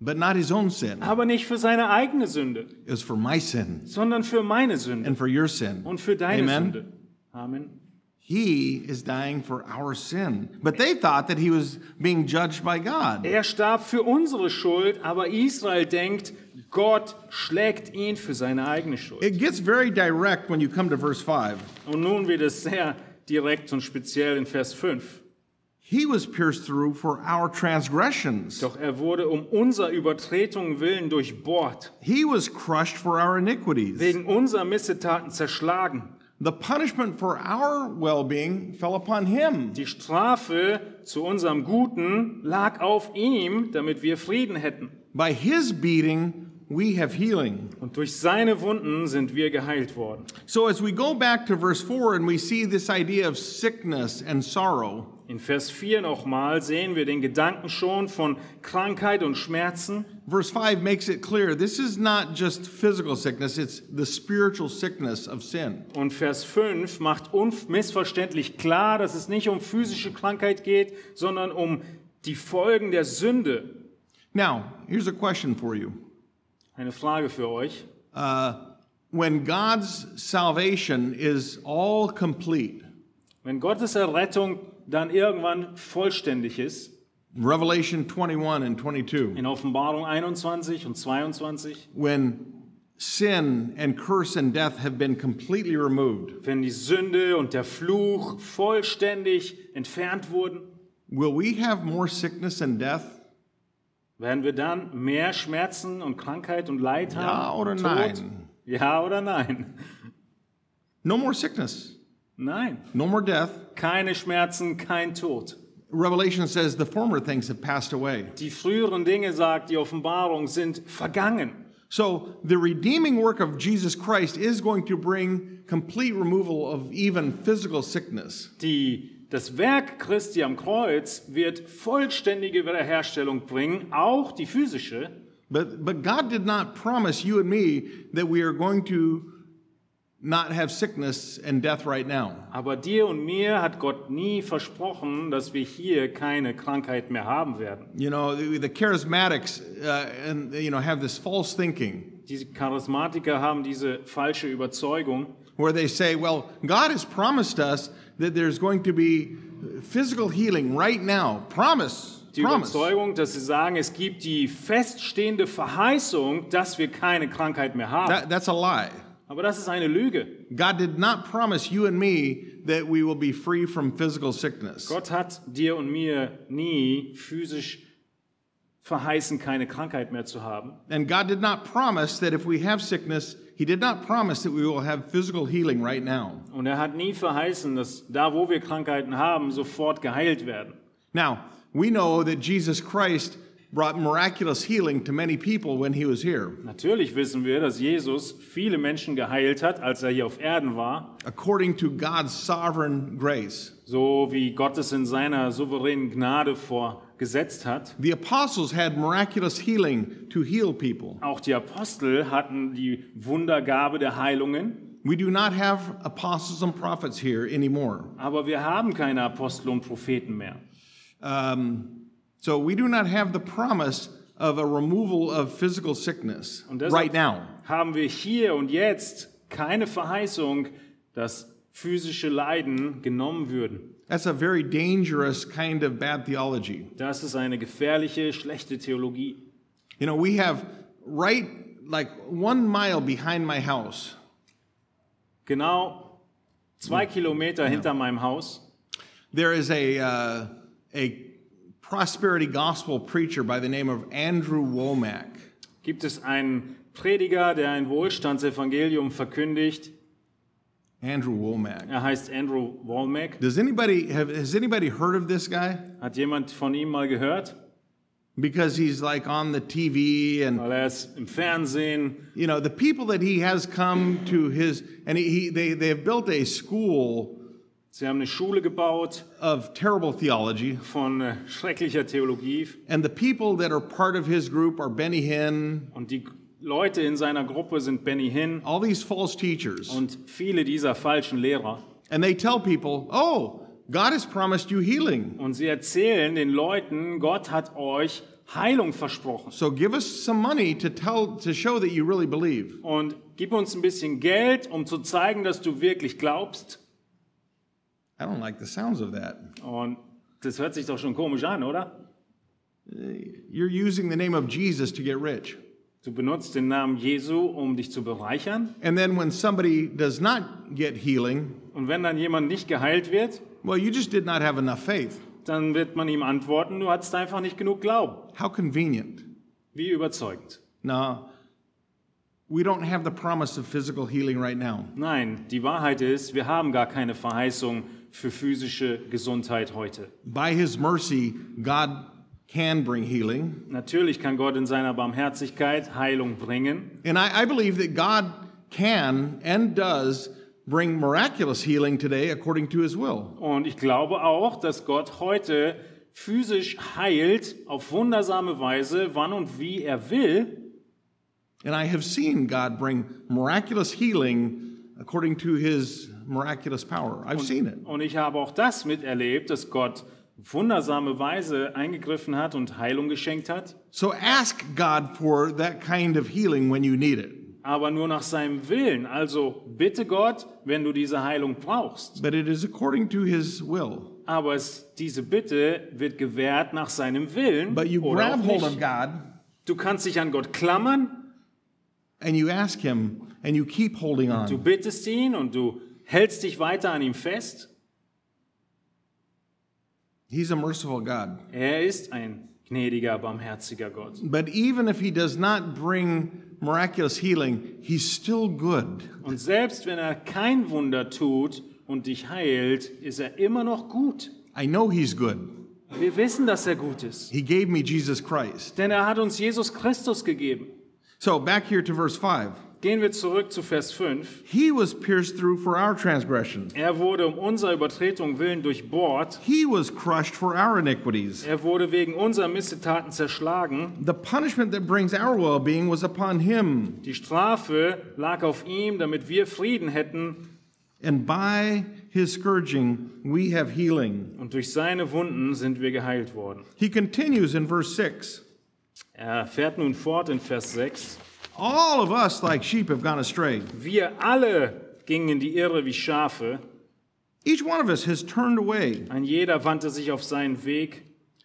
S1: but not his own sin.
S2: aber nicht für seine eigene Sünde,
S1: It was for my sin
S2: sondern für meine Sünde
S1: and for your sin.
S2: und für deine
S1: Amen.
S2: Sünde. Amen.
S1: He is dying for our sin. But they thought that he was being judged by God.
S2: Er starb für unsere Schuld, aber Israel denkt, Gott schlägt ihn für seine eigene Schuld.
S1: It gets very direct when you come to verse 5.
S2: Und nun wird es sehr direkt und speziell in Vers 5.
S1: He was pierced through for our transgressions.
S2: Doch er wurde um unser Übertretungen willen durchbohrt,
S1: He was crushed for our iniquities.
S2: wegen unserer Missetaten zerschlagen.
S1: The punishment for our well being fell upon him.
S2: Die Strafe zu unserem Guten lag auf ihm, damit wir Frieden hätten.
S1: By his beating, we have healing.
S2: Und durch seine Wunden sind wir geheilt worden.
S1: So, as we go back to verse 4 and we see this idea of sickness and sorrow,
S2: In Vers 4 nochmal sehen wir den Gedanken schon von Krankheit und Schmerzen.
S1: verse 5 makes it clear this is not just physical sickness, it's the spiritual sickness of sin.
S2: Und Vers 5 macht unmissverständlich klar, dass es nicht um physische Krankheit geht, sondern um die Folgen der Sünde.
S1: Now, here's a question for you.
S2: Eine Frage für euch.
S1: When God's salvation is all complete,
S2: Wenn Gottes Errettung dann irgendwann vollständig ist,
S1: Revelation 21 and 22,
S2: in Offenbarung 21 und 22,
S1: when sin and curse and death have been completely removed,
S2: wenn die Sünde und der Fluch vollständig entfernt wurden,
S1: will we have more sickness and death?
S2: werden wir dann mehr Schmerzen und Krankheit und Leid
S1: Ah,
S2: haben?
S1: Ja oder
S2: Tod?
S1: nein?
S2: Ja oder nein?
S1: No more sickness.
S2: Nein,
S1: No more death.
S2: keine Schmerzen, kein Tod.
S1: Revelation says the former things have passed away.
S2: Die früheren Dinge, sagt die Offenbarung, sind vergangen.
S1: So the redeeming work of Jesus Christ is going to bring complete removal of even physical sickness.
S2: Die, das Werk Christi am Kreuz wird vollständige Wiederherstellung bringen, auch die physische.
S1: But but God did not promise you and me that we are going to not have sickness and death right now.
S2: Aber dir und mir hat Gott nie versprochen, dass wir hier keine Krankheit mehr haben werden.
S1: You know, the, the charismatics uh, and you know have this false thinking
S2: Diese Charismatiker haben diese falsche Überzeugung,
S1: where they say, "Well, God has promised us that there's going to be physical healing right now. Promise,
S2: die
S1: promise."
S2: Überzeugung, dass sie sagen, es gibt die feststehende Verheißung, dass wir keine Krankheit mehr haben.
S1: That, that's a lie.
S2: Aber das ist eine Lüge.
S1: God did not promise you and me that we will be free from physical sickness.
S2: Gott hat dir und mir nie physisch verheißen, keine Krankheit mehr zu haben.
S1: And God did not promise that if we have sickness, He did not promise that we will have physical healing right now.
S2: Und er hat nie verheißen, dass da, wo wir Krankheiten haben, sofort geheilt werden.
S1: Now, we know that Jesus Christ brought miraculous healing to many people when He was here.
S2: Natürlich wissen wir, dass Jesus viele Menschen geheilt hat, als er hier auf Erden war,
S1: according to God's sovereign grace.
S2: so wie Gott es in seiner souveränen Gnade vorgesetzt hat.
S1: The apostles had miraculous healing to heal people.
S2: Auch die Apostel hatten die Wundergabe der Heilungen,
S1: We do not have apostles and prophets here anymore.
S2: aber wir haben keine Apostel und Propheten mehr.
S1: Um, so we do not have the promise of a removal of physical sickness
S2: Und deshalb-
S1: right now.
S2: Haben wir hier und jetzt keine Verheißung, dass physische Leiden genommen würden.
S1: That's a very dangerous kind of bad theology.
S2: Das ist eine gefährliche, schlechte Theologie.
S1: You know, we have right like one mile behind my house,
S2: Genau zwei Kilometer hinter meinem Haus
S1: there is a, uh, a prosperity gospel preacher by the name of Andrew Womack.
S2: gibt es einen Prediger, der ein Wohlstandsevangelium verkündigt.
S1: Andrew Womack.
S2: Er heißt Andrew Walmack.
S1: Does anybody have has anybody heard of this guy?
S2: Hat jemand von ihm mal gehört?
S1: Because he's like on the TV and
S2: Weil er ist im Fernsehen.
S1: you know the people that he has come to his and he, he they they have built a school
S2: Sie haben eine Schule gebaut
S1: of terrible theology
S2: von äh, schrecklicher Theologie.
S1: and the people that are part of his group are Benny Hinn,
S2: Und die Leute in seiner Gruppe sind Benny Hinn
S1: all these false teachers.
S2: und viele dieser falschen Lehrer.
S1: And they tell people, "Oh, God has promised you healing.
S2: Und sie erzählen den Leuten, Gott hat euch Heilung versprochen.
S1: So give us some money to tell to show that you really believe."
S2: Und gib uns ein bisschen Geld, um zu zeigen, dass du wirklich glaubst.
S1: I don't like the sounds of that.
S2: Und das hört sich doch schon komisch an, oder?
S1: You're using the name of Jesus to get rich.
S2: Du benutzt den Namen Jesu, um dich zu bereichern.
S1: And then when somebody does not get healing,
S2: Und wenn dann jemand nicht geheilt wird,
S1: well, you just did not have enough faith.
S2: dann wird man ihm antworten, du hattest einfach nicht genug Glauben.
S1: How convenient.
S2: Wie überzeugend.
S1: Now, we don't have the promise of physical healing right now.
S2: Nein, die Wahrheit ist, wir haben gar keine Verheißung für physische Gesundheit heute.
S1: By his mercy, God can bring healing.
S2: Natürlich kann Gott in seiner Barmherzigkeit Heilung bringen.
S1: And I, I believe that God can and does bring miraculous healing today according to his will.
S2: Und ich glaube auch, dass Gott heute physisch heilt auf wundersame Weise, wann und wie er will.
S1: And I have seen God bring miraculous healing according to his miraculous power. I've seen it.
S2: Und ich habe auch das miterlebt, dass Gott wundersame Weise eingegriffen hat und Heilung geschenkt hat.
S1: So ask God for that kind of healing when you need it.
S2: aber nur nach seinem Willen. Also bitte Gott, wenn du diese Heilung brauchst.
S1: But it is according to his will.
S2: Aber es, diese Bitte wird gewährt nach seinem Willen.
S1: But you
S2: Oder auch
S1: grab hold
S2: nicht.
S1: of God
S2: Du kannst dich an Gott klammern,
S1: and you ask him and you keep holding
S2: du
S1: on.
S2: bittest ihn und du hältst dich weiter an ihm fest.
S1: He's a merciful God.
S2: Er ist ein gnädiger, barmherziger Gott.
S1: But even if he does not bring miraculous healing, he's still good.
S2: Und selbst wenn er kein Wunder tut und dich heilt, ist er immer noch gut.
S1: I know He's good.
S2: Wir wissen, dass er gut ist,
S1: He gave me Jesus Christ.
S2: denn er hat uns Jesus Christus gegeben.
S1: So back here to verse 5.
S2: Gehen wir zurück zu Vers 5.
S1: He was pierced through for our transgressions,
S2: Er wurde um unserer Übertretung willen durchbohrt.
S1: He was crushed for our iniquities.
S2: Er wurde wegen unserer Missetaten zerschlagen.
S1: The punishment that brings our well being was upon Him,
S2: Die Strafe lag auf ihm, damit wir Frieden hätten.
S1: and by His scourging we have healing.
S2: Und durch seine Wunden sind wir geheilt worden.
S1: He continues in verse 6.
S2: Er fährt nun fort in Vers 6.
S1: All of us, like sheep, have gone astray.
S2: Wir alle gingen in die Irre wie Schafe.
S1: Each one of us has turned away.
S2: Ein jeder wandte sich auf seinen Weg.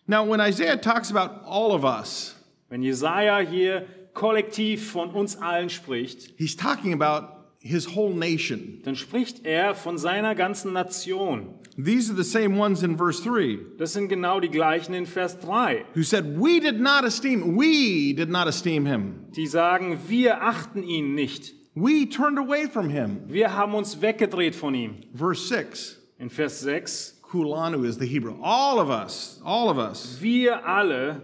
S1: Now, when Isaiah talks about all of us,
S2: Wenn Jesaja hier kollektiv von uns allen spricht,
S1: he's talking about his whole nation.
S2: dann spricht er von seiner ganzen Nation.
S1: These are the same ones in verse 3
S2: Das sind genau die gleichen in Vers 3,
S1: who said, We did not esteem, we did not esteem him.
S2: die sagen, wir achten ihn nicht.
S1: We turned away from him.
S2: Wir haben uns weggedreht von ihm.
S1: Verse 6,
S2: In Vers 6,
S1: kulanu is the Hebrew. All of us, all of us
S2: wir alle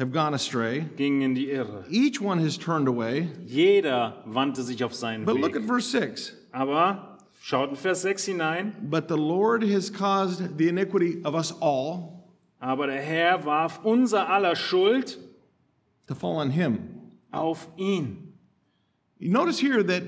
S1: have gone astray.
S2: gingen in die Irre.
S1: Each one has turned away.
S2: Jeder wandte sich auf seinen
S1: But look at
S2: Weg.
S1: verse 6.
S2: Aber schaut in Vers 6 hinein.
S1: But the Lord has caused the iniquity of us all
S2: Aber der Herr warf unser aller Schuld
S1: to fall on him.
S2: auf ihn.
S1: You notice here that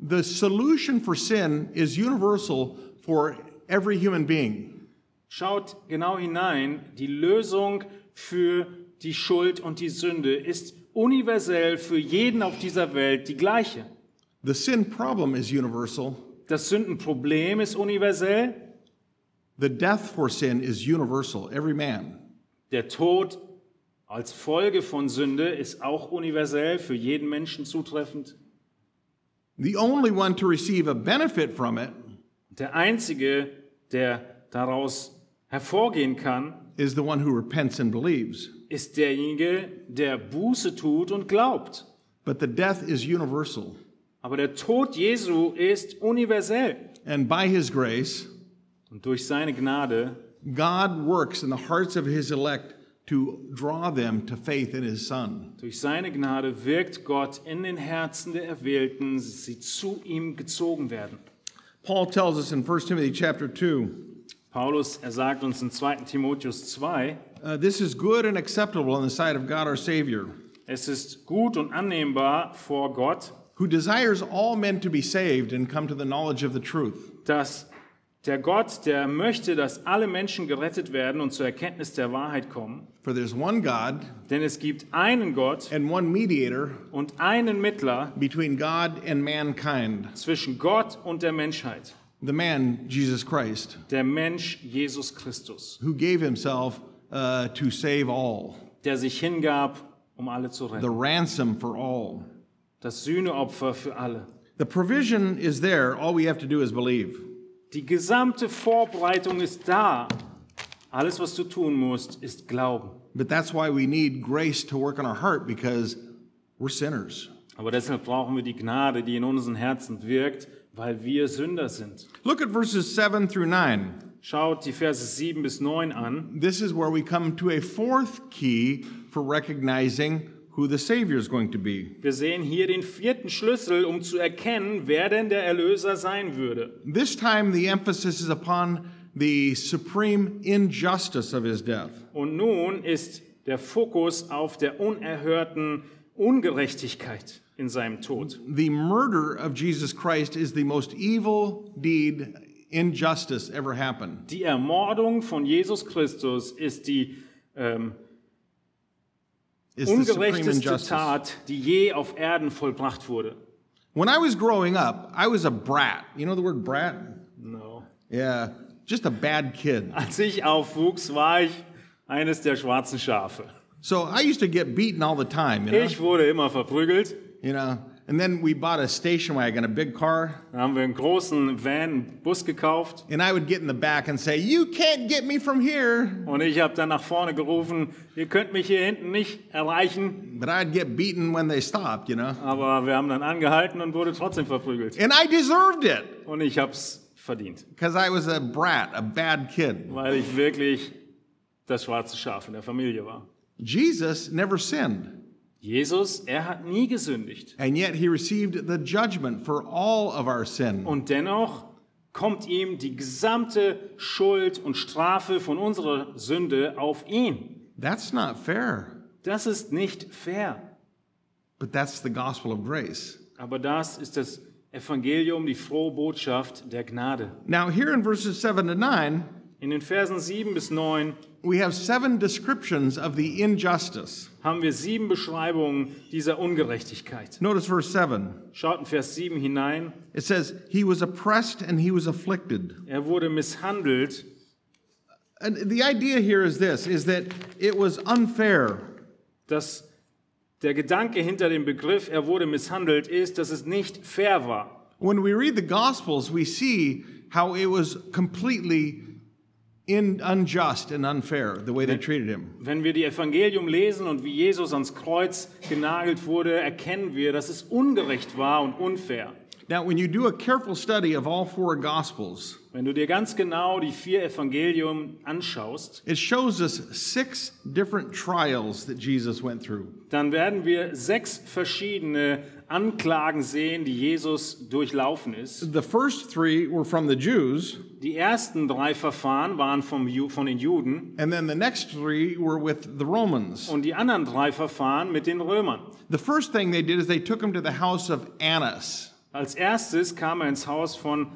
S1: the solution for sin is universal for every human being.
S2: Schaut genau hinein, die Lösung für die Schuld und die Sünde ist universell für jeden auf dieser Welt die gleiche.
S1: The sin problem is universal.
S2: Das Sündenproblem ist universell,
S1: The death for sin is universal, every man.
S2: der Tod als Folge von Sünde ist auch universell für jeden Menschen zutreffend.
S1: The only one to receive a benefit from it
S2: Der einzige, der daraus hervorgehen kann,
S1: is the one who repents and believes.
S2: ist derjenige, der Buße tut und glaubt.
S1: But the death is universal.
S2: Aber der Tod Jesu ist universell.
S1: And by his grace,
S2: Und durch seine Gnade
S1: God works in the hearts of his elect to draw them to faith in his son.
S2: Durch seine Gnade wirkt Gott in den Herzen der Erwählten, dass sie zu ihm gezogen werden.
S1: Paul tells us in 1 Timothy chapter 2
S2: Paulus, er sagt uns in 2. Timotheus 2,
S1: Uh, this is good and acceptable in the sight of God our Savior,
S2: es ist gut und annehmbar vor Gott,
S1: who desires all men to be saved and come to the knowledge of the truth.
S2: dass der Gott, der möchte, dass alle Menschen gerettet werden und zur Erkenntnis der Wahrheit kommen.
S1: For there's one God
S2: Denn es gibt einen Gott
S1: and one mediator
S2: und einen Mittler
S1: between God and mankind,
S2: zwischen Gott und der Menschheit,
S1: the man Jesus Christ,
S2: der Mensch Jesus Christus.
S1: who gave himself uh, to save all,
S2: der sich hingab, um alle zu
S1: the
S2: retten.
S1: ransom for all.
S2: Das Sühneopfer für alle.
S1: The provision is there, all we have to do is believe.
S2: Die gesamte Vorbereitung ist da. Alles, was du tun musst, ist Glauben.
S1: But that's why we need grace to work in our heart because we're sinners.
S2: Aber deshalb brauchen wir die Gnade, die in unseren Herzen wirkt, weil wir Sünder sind.
S1: Look at verses 7 through 9.
S2: Schaut die Verse 7 bis 9 an.
S1: This is where we come to a fourth key for recognizing who the Savior is going to be.
S2: Wir sehen hier den vierten Schlüssel, um zu erkennen, wer denn der Erlöser sein würde.
S1: This time, the emphasis is upon the supreme injustice of his death.
S2: Und nun ist der Fokus auf der unerhörten Ungerechtigkeit in seinem Tod.
S1: The murder of Jesus Christ is the most evil deed, injustice ever happened.
S2: Die Ermordung von Jesus Christus ist die ähm,
S1: It's the supreme
S2: ungerechteste
S1: injustice.
S2: Tat, die je auf Erden vollbracht wurde.
S1: When I was growing up, I was a brat. You know the word brat?
S2: No.
S1: Yeah, just a bad kid.
S2: Als ich aufwuchs, war ich eines der schwarzen Schafe.
S1: So I used to get beaten all the time, you know?
S2: Ich wurde immer verprügelt.
S1: You know? And then we bought a station wagon, a big car.
S2: Dann haben wir einen großen Van, einen Bus gekauft.
S1: And I would get in the back and say, You can't get me from here.
S2: Und ich habe dann nach vorne gerufen, ihr könnt mich hier hinten nicht erreichen.
S1: But I'd get beaten when they stopped, you know?
S2: Aber wir haben dann angehalten und wurde trotzdem verprügelt.
S1: And I deserved it.
S2: Und ich habe es verdient,
S1: because I was a brat, a bad kid.
S2: weil ich wirklich das schwarze Schaf in der Familie war.
S1: Jesus never sinned,
S2: Jesus, er hat nie gesündigt.
S1: and yet he received the judgment for all of our sin.
S2: Und dennoch kommt ihm die gesamte Schuld und Strafe von unserer Sünde auf ihn.
S1: That's not fair,
S2: Das ist nicht fair.
S1: but that's the gospel of grace.
S2: Aber das ist das Evangelium, die frohe Botschaft der Gnade.
S1: Now, here in verses 7 to 9,
S2: In den Versen 7 bis 9
S1: we have seven descriptions of the injustice.
S2: haben wir sieben Beschreibungen dieser Ungerechtigkeit.
S1: Notice verse 7.
S2: Schaut in Vers 7 hinein.
S1: It says, He was oppressed and he was afflicted.
S2: Er wurde misshandelt.
S1: And the idea here is this is that it was unfair.
S2: Dass der Gedanke hinter dem Begriff, er wurde misshandelt, ist, dass es nicht fair war.
S1: When we read the Gospels, we see how it was completely in, unjust and unfair the way they treated him.
S2: Wenn wir die Evangelium lesen und wie Jesus ans Kreuz genagelt wurde, erkennen wir, dass es ungerecht war und unfair.
S1: Now, when you do a careful study of all four Gospels,
S2: Wenn du dir ganz genau die vier Evangelium anschaust,
S1: it shows us six different trials that Jesus went through.
S2: dann werden wir sechs verschiedene Anklagen sehen, die Jesus durchlaufen ist.
S1: The first three were from the Jews,
S2: Die ersten drei Verfahren waren vom Ju von den Juden
S1: and then the next three were with the Romans.
S2: und die anderen drei Verfahren mit den Römern.
S1: The first thing they did is they took him to the house of Annas.
S2: Als erstes kam er ins Haus von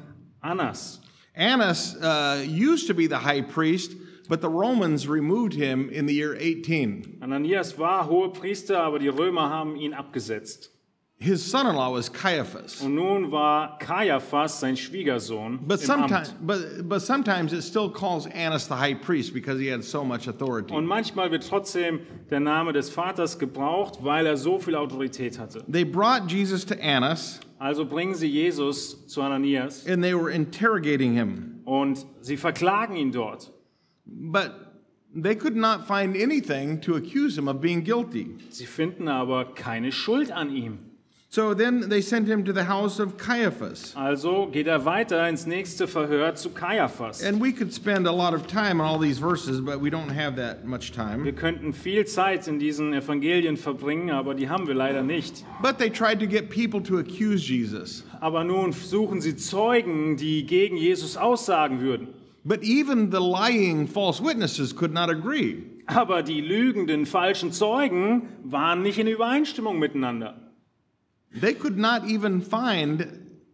S2: Annas.
S1: Annas uh, used to be the high priest, but the Romans removed him in the year 18.
S2: Ananias war hoher Priester, aber die Römer haben ihn abgesetzt.
S1: His son in law was Caiaphas.
S2: Und nun war Kaiaphas, sein Schwiegersohn,
S1: But
S2: im
S1: sometimes,
S2: Amt.
S1: but, but sometimes it still calls Annas the high priest because he had so much authority.
S2: Und manchmal wird trotzdem der Name des Vaters gebraucht, weil er so viel Autorität hatte.
S1: They brought Jesus to Annas
S2: Also bringen sie Jesus zu Ananias
S1: and they were interrogating him,
S2: und sie verklagen ihn dort.
S1: but they could not find anything to accuse him of being guilty.
S2: Sie finden aber keine Schuld an ihm.
S1: So then they sent him to the house of Caiaphas.
S2: Also geht er weiter ins nächste Verhör zu Kaiaphas.
S1: And we could spend a lot of time on all these verses, but we don't have that much time.
S2: Wir könnten viel Zeit in diesen Evangelien verbringen, aber die haben wir leider nicht.
S1: But they tried to get people to accuse Jesus.
S2: Aber nun suchen sie Zeugen, die gegen Jesus aussagen würden.
S1: But even the lying false witnesses could not agree.
S2: Aber die lügenden, falschen Zeugen waren nicht in Übereinstimmung miteinander.
S1: They could not even find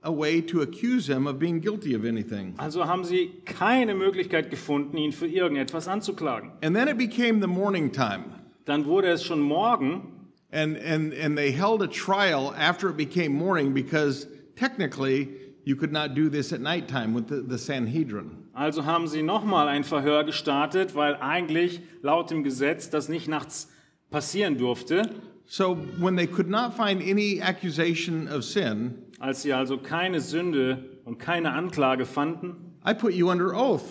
S1: a way to accuse him of being guilty of anything.
S2: Also haben sie keine Möglichkeit gefunden, ihn für irgendetwas anzuklagen.
S1: And then it became the morning time.
S2: Dann wurde es schon morgen
S1: And, and, and they held a trial after it became morning because technically you could not do this at nighttime with the, the Sanhedrin.
S2: also haben sie nochmal ein Verhör gestartet, weil eigentlich laut dem Gesetz das nicht nachts passieren durfte.
S1: So when they could not find any accusation of sin,
S2: Als sie also keine Sünde und keine Anklage fanden,
S1: I put you under oath.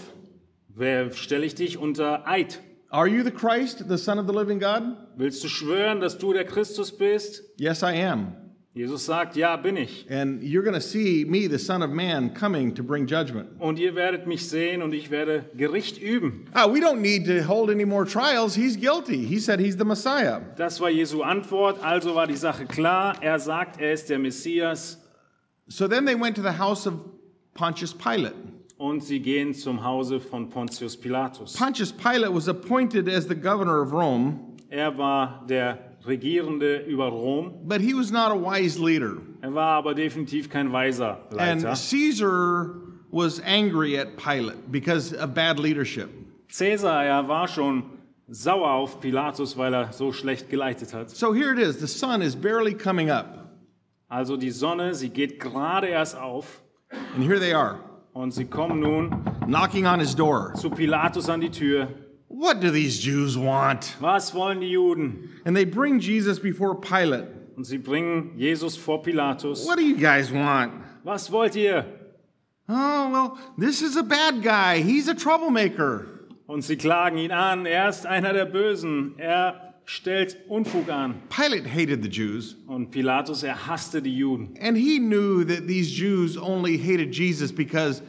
S2: wer- stelle ich dich unter Eid.
S1: Are you the Christ, the Son of the living God?
S2: Willst du schwören, dass du der Christus bist?
S1: Yes, I am.
S2: Jesus sagt, ja, bin ich.
S1: And you're going to see me, the Son of Man, coming to bring judgment.
S2: Und ihr werdet mich sehen und ich werde Gericht üben.
S1: Ah, we don't need to hold any more trials. He's guilty. He said he's the Messiah.
S2: Das war Jesu Antwort, also war die Sache klar. Er sagt, er ist der Messias
S1: So then they went to the house of Pontius Pilate.
S2: und sie gehen zum Hause von Pontius Pilatus.
S1: Pontius Pilate was appointed as the governor of Rome,
S2: Er war der Regierende über Rom.
S1: but he was not a wise leader.
S2: Er war aber definitiv kein weiser Leiter.
S1: And Caesar was angry at Pilate because of bad leadership.
S2: Caesar, er war schon sauer auf Pilatus, weil er so schlecht geleitet hat.
S1: So here it is the sun is barely coming up.
S2: Also die Sonne, sie geht gerade erst auf
S1: And here they are,
S2: und sie kommen nun
S1: knocking on his door.
S2: zu Pilatus an die Tür.
S1: What do these Jews want?
S2: Was wollen die Juden?
S1: And they bring Jesus before Pilate.
S2: Und sie bringen Jesus vor Pilatus.
S1: What do you guys want?
S2: Was wollt ihr?
S1: Oh, well, this is a bad guy. He's a troublemaker.
S2: Und sie klagen ihn an. Er ist einer der Bösen. Er stellt Unfug an.
S1: Pilate hated the Jews,
S2: Und Pilatus, er hasste die Juden.
S1: and he knew that these Jews only hated Jesus because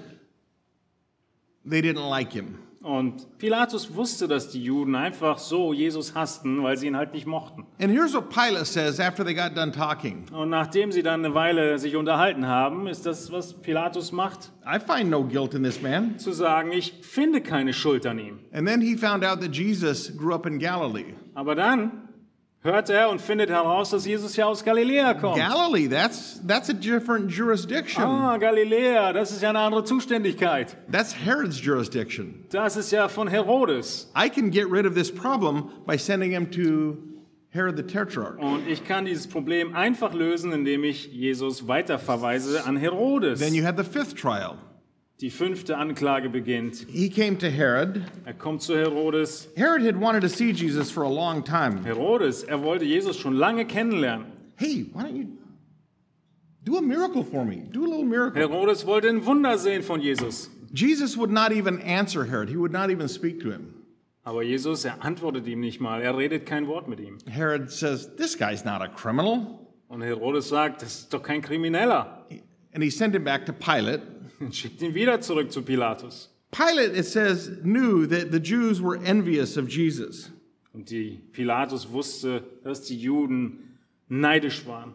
S1: They didn't like him.
S2: Und Pilatus wusste, dass die Juden einfach so Jesus hassten, weil sie ihn halt nicht mochten.
S1: And here's what Pilate says after they got done talking
S2: Und nachdem sie dann eine Weile sich unterhalten haben, ist das, was Pilatus macht,
S1: I find no guilt in this man.
S2: zu sagen, ich finde keine Schuld an ihm.
S1: And then he found out that Jesus grew up in Galilee.
S2: Aber dann hört er und findet heraus, dass Jesus ja aus Galiläa kommt.
S1: Galilee, that's, that's a different jurisdiction.
S2: ah, Galiläa, das ist ja eine andere Zuständigkeit.
S1: That's Herod's jurisdiction.
S2: Das ist ja von Herodes.
S1: I can get rid of this problem by sending him to Herod the Tetrarch.
S2: Und ich kann dieses Problem einfach lösen, indem ich Jesus weiterverweise an Herodes.
S1: Then you had the fifth trial.
S2: Die fünfte Anklage beginnt.
S1: He came to Herod.
S2: Er kommt zu Herodes.
S1: Herod had wanted to see Jesus for a long time.
S2: Herodes, er wollte Jesus schon lange kennenlernen.
S1: Hey, why don't you do a miracle for me? Do a little miracle.
S2: Herodes wollte ein Wunder sehen von Jesus.
S1: Jesus would not even answer Herod. He would not even speak to him.
S2: Aber Jesus, er antwortet ihm nicht mal. Er redet kein Wort mit ihm.
S1: Herod says, This guy's not a criminal.
S2: Und Herodes sagt, das ist doch kein Krimineller.
S1: And he sent him back to Pilate.
S2: Und schickt ihn wieder zurück zu Pilatus.
S1: Pilate, it says, knew that the Jews were envious of Jesus.
S2: Und die Pilatus wusste, dass die Juden neidisch waren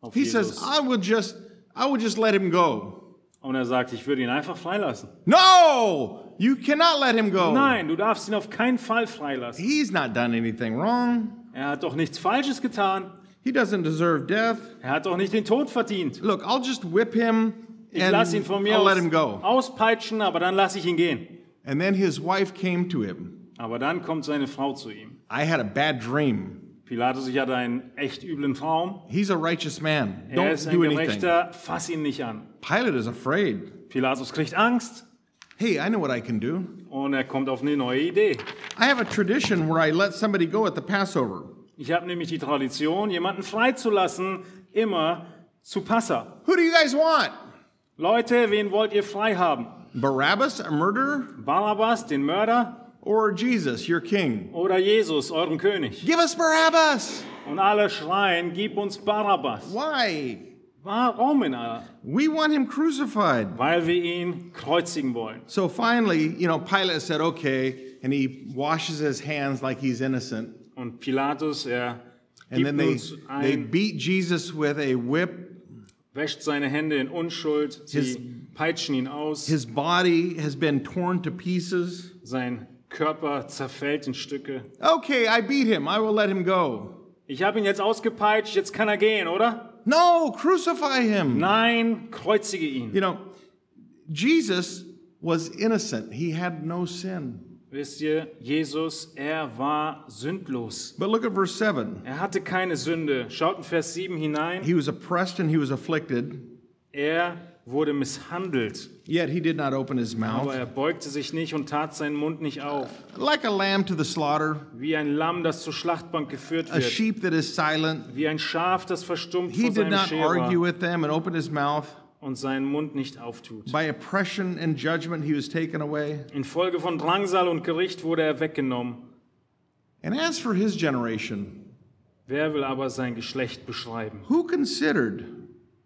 S2: auf
S1: He says,
S2: Jesus.
S1: I will just I will just let him go.
S2: Und er sagt, ich würde ihn einfach freilassen.
S1: No! You cannot let him go.
S2: Nein, du darfst ihn auf keinen Fall freilassen.
S1: He's not done anything wrong.
S2: Er hat doch nichts Falsches getan.
S1: He doesn't deserve death.
S2: Er hat doch nicht den Tod verdient.
S1: Look, I'll just whip him
S2: Ich
S1: and
S2: lasse ihn von mir
S1: I'll
S2: aus
S1: let him go.
S2: auspeitschen, aber dann lasse ich ihn gehen.
S1: And then his wife came to him.
S2: Aber dann kommt seine Frau zu ihm.
S1: I had a bad dream.
S2: Pilatus, ich hatte einen echt üblen Traum.
S1: He's a righteous man.
S2: Er
S1: Don't
S2: ist ein
S1: do anything.
S2: Gerechter, fass ihn nicht an.
S1: Pilate is afraid.
S2: Pilatus kriegt Angst
S1: Hey, I know what I can do.
S2: und er kommt auf eine neue Idee.
S1: I have a tradition where I let somebody go at the Passover.
S2: Ich habe nämlich die Tradition, jemanden freizulassen, immer zu Passa.
S1: Who do you guys want?
S2: Leute, wen wollt ihr frei haben?
S1: Barabbas, a murderer,
S2: Barabbas, den Mörder,
S1: or Jesus, your king?
S2: oder Jesus, euren König?
S1: Give us Barabbas!
S2: Und alle schreien, gib uns Barabbas.
S1: Why?
S2: Warum in aller?
S1: We want him crucified.
S2: Weil wir ihn kreuzigen wollen.
S1: So finally, you know, Pilate said, okay, and he washes his hands like he's innocent.
S2: Und Pilatus, er
S1: And
S2: gibt
S1: then they,
S2: uns
S1: they
S2: ein,
S1: beat Jesus with a whip.
S2: wäscht seine Hände in Unschuld,
S1: His-
S2: sie peitschen ihn aus,
S1: His body has been torn to pieces.
S2: sein Körper zerfällt in Stücke.
S1: Okay, I beat him. I will let him go.
S2: Ich habe ihn jetzt ausgepeitscht, jetzt kann er gehen, oder?
S1: No, crucify him.
S2: Nein, kreuzige ihn.
S1: You know, Jesus was innocent, he had no sin.
S2: Wisst ihr, Jesus, er war sündlos.
S1: But look at verse 7.
S2: Er hatte keine Sünde. Schaut in Vers 7 hinein.
S1: He was oppressed and he was afflicted,
S2: Er wurde misshandelt,
S1: yet he did not open his
S2: aber
S1: mouth.
S2: er beugte sich nicht und tat seinen Mund nicht auf.
S1: Like a lamb to the slaughter,
S2: Wie ein Lamm, das zur Schlachtbank geführt
S1: a
S2: wird.
S1: sheep that is silent.
S2: Wie ein Schaf, das verstummt
S1: He
S2: vor
S1: did
S2: seinem
S1: not argue
S2: Scherer
S1: with them and opened his mouth.
S2: und seinen Mund nicht auftut.
S1: By oppression and judgment, he was taken away.
S2: Infolge von Drangsal und Gericht wurde er weggenommen.
S1: And as for his generation,
S2: Wer will aber sein Geschlecht beschreiben?
S1: who considered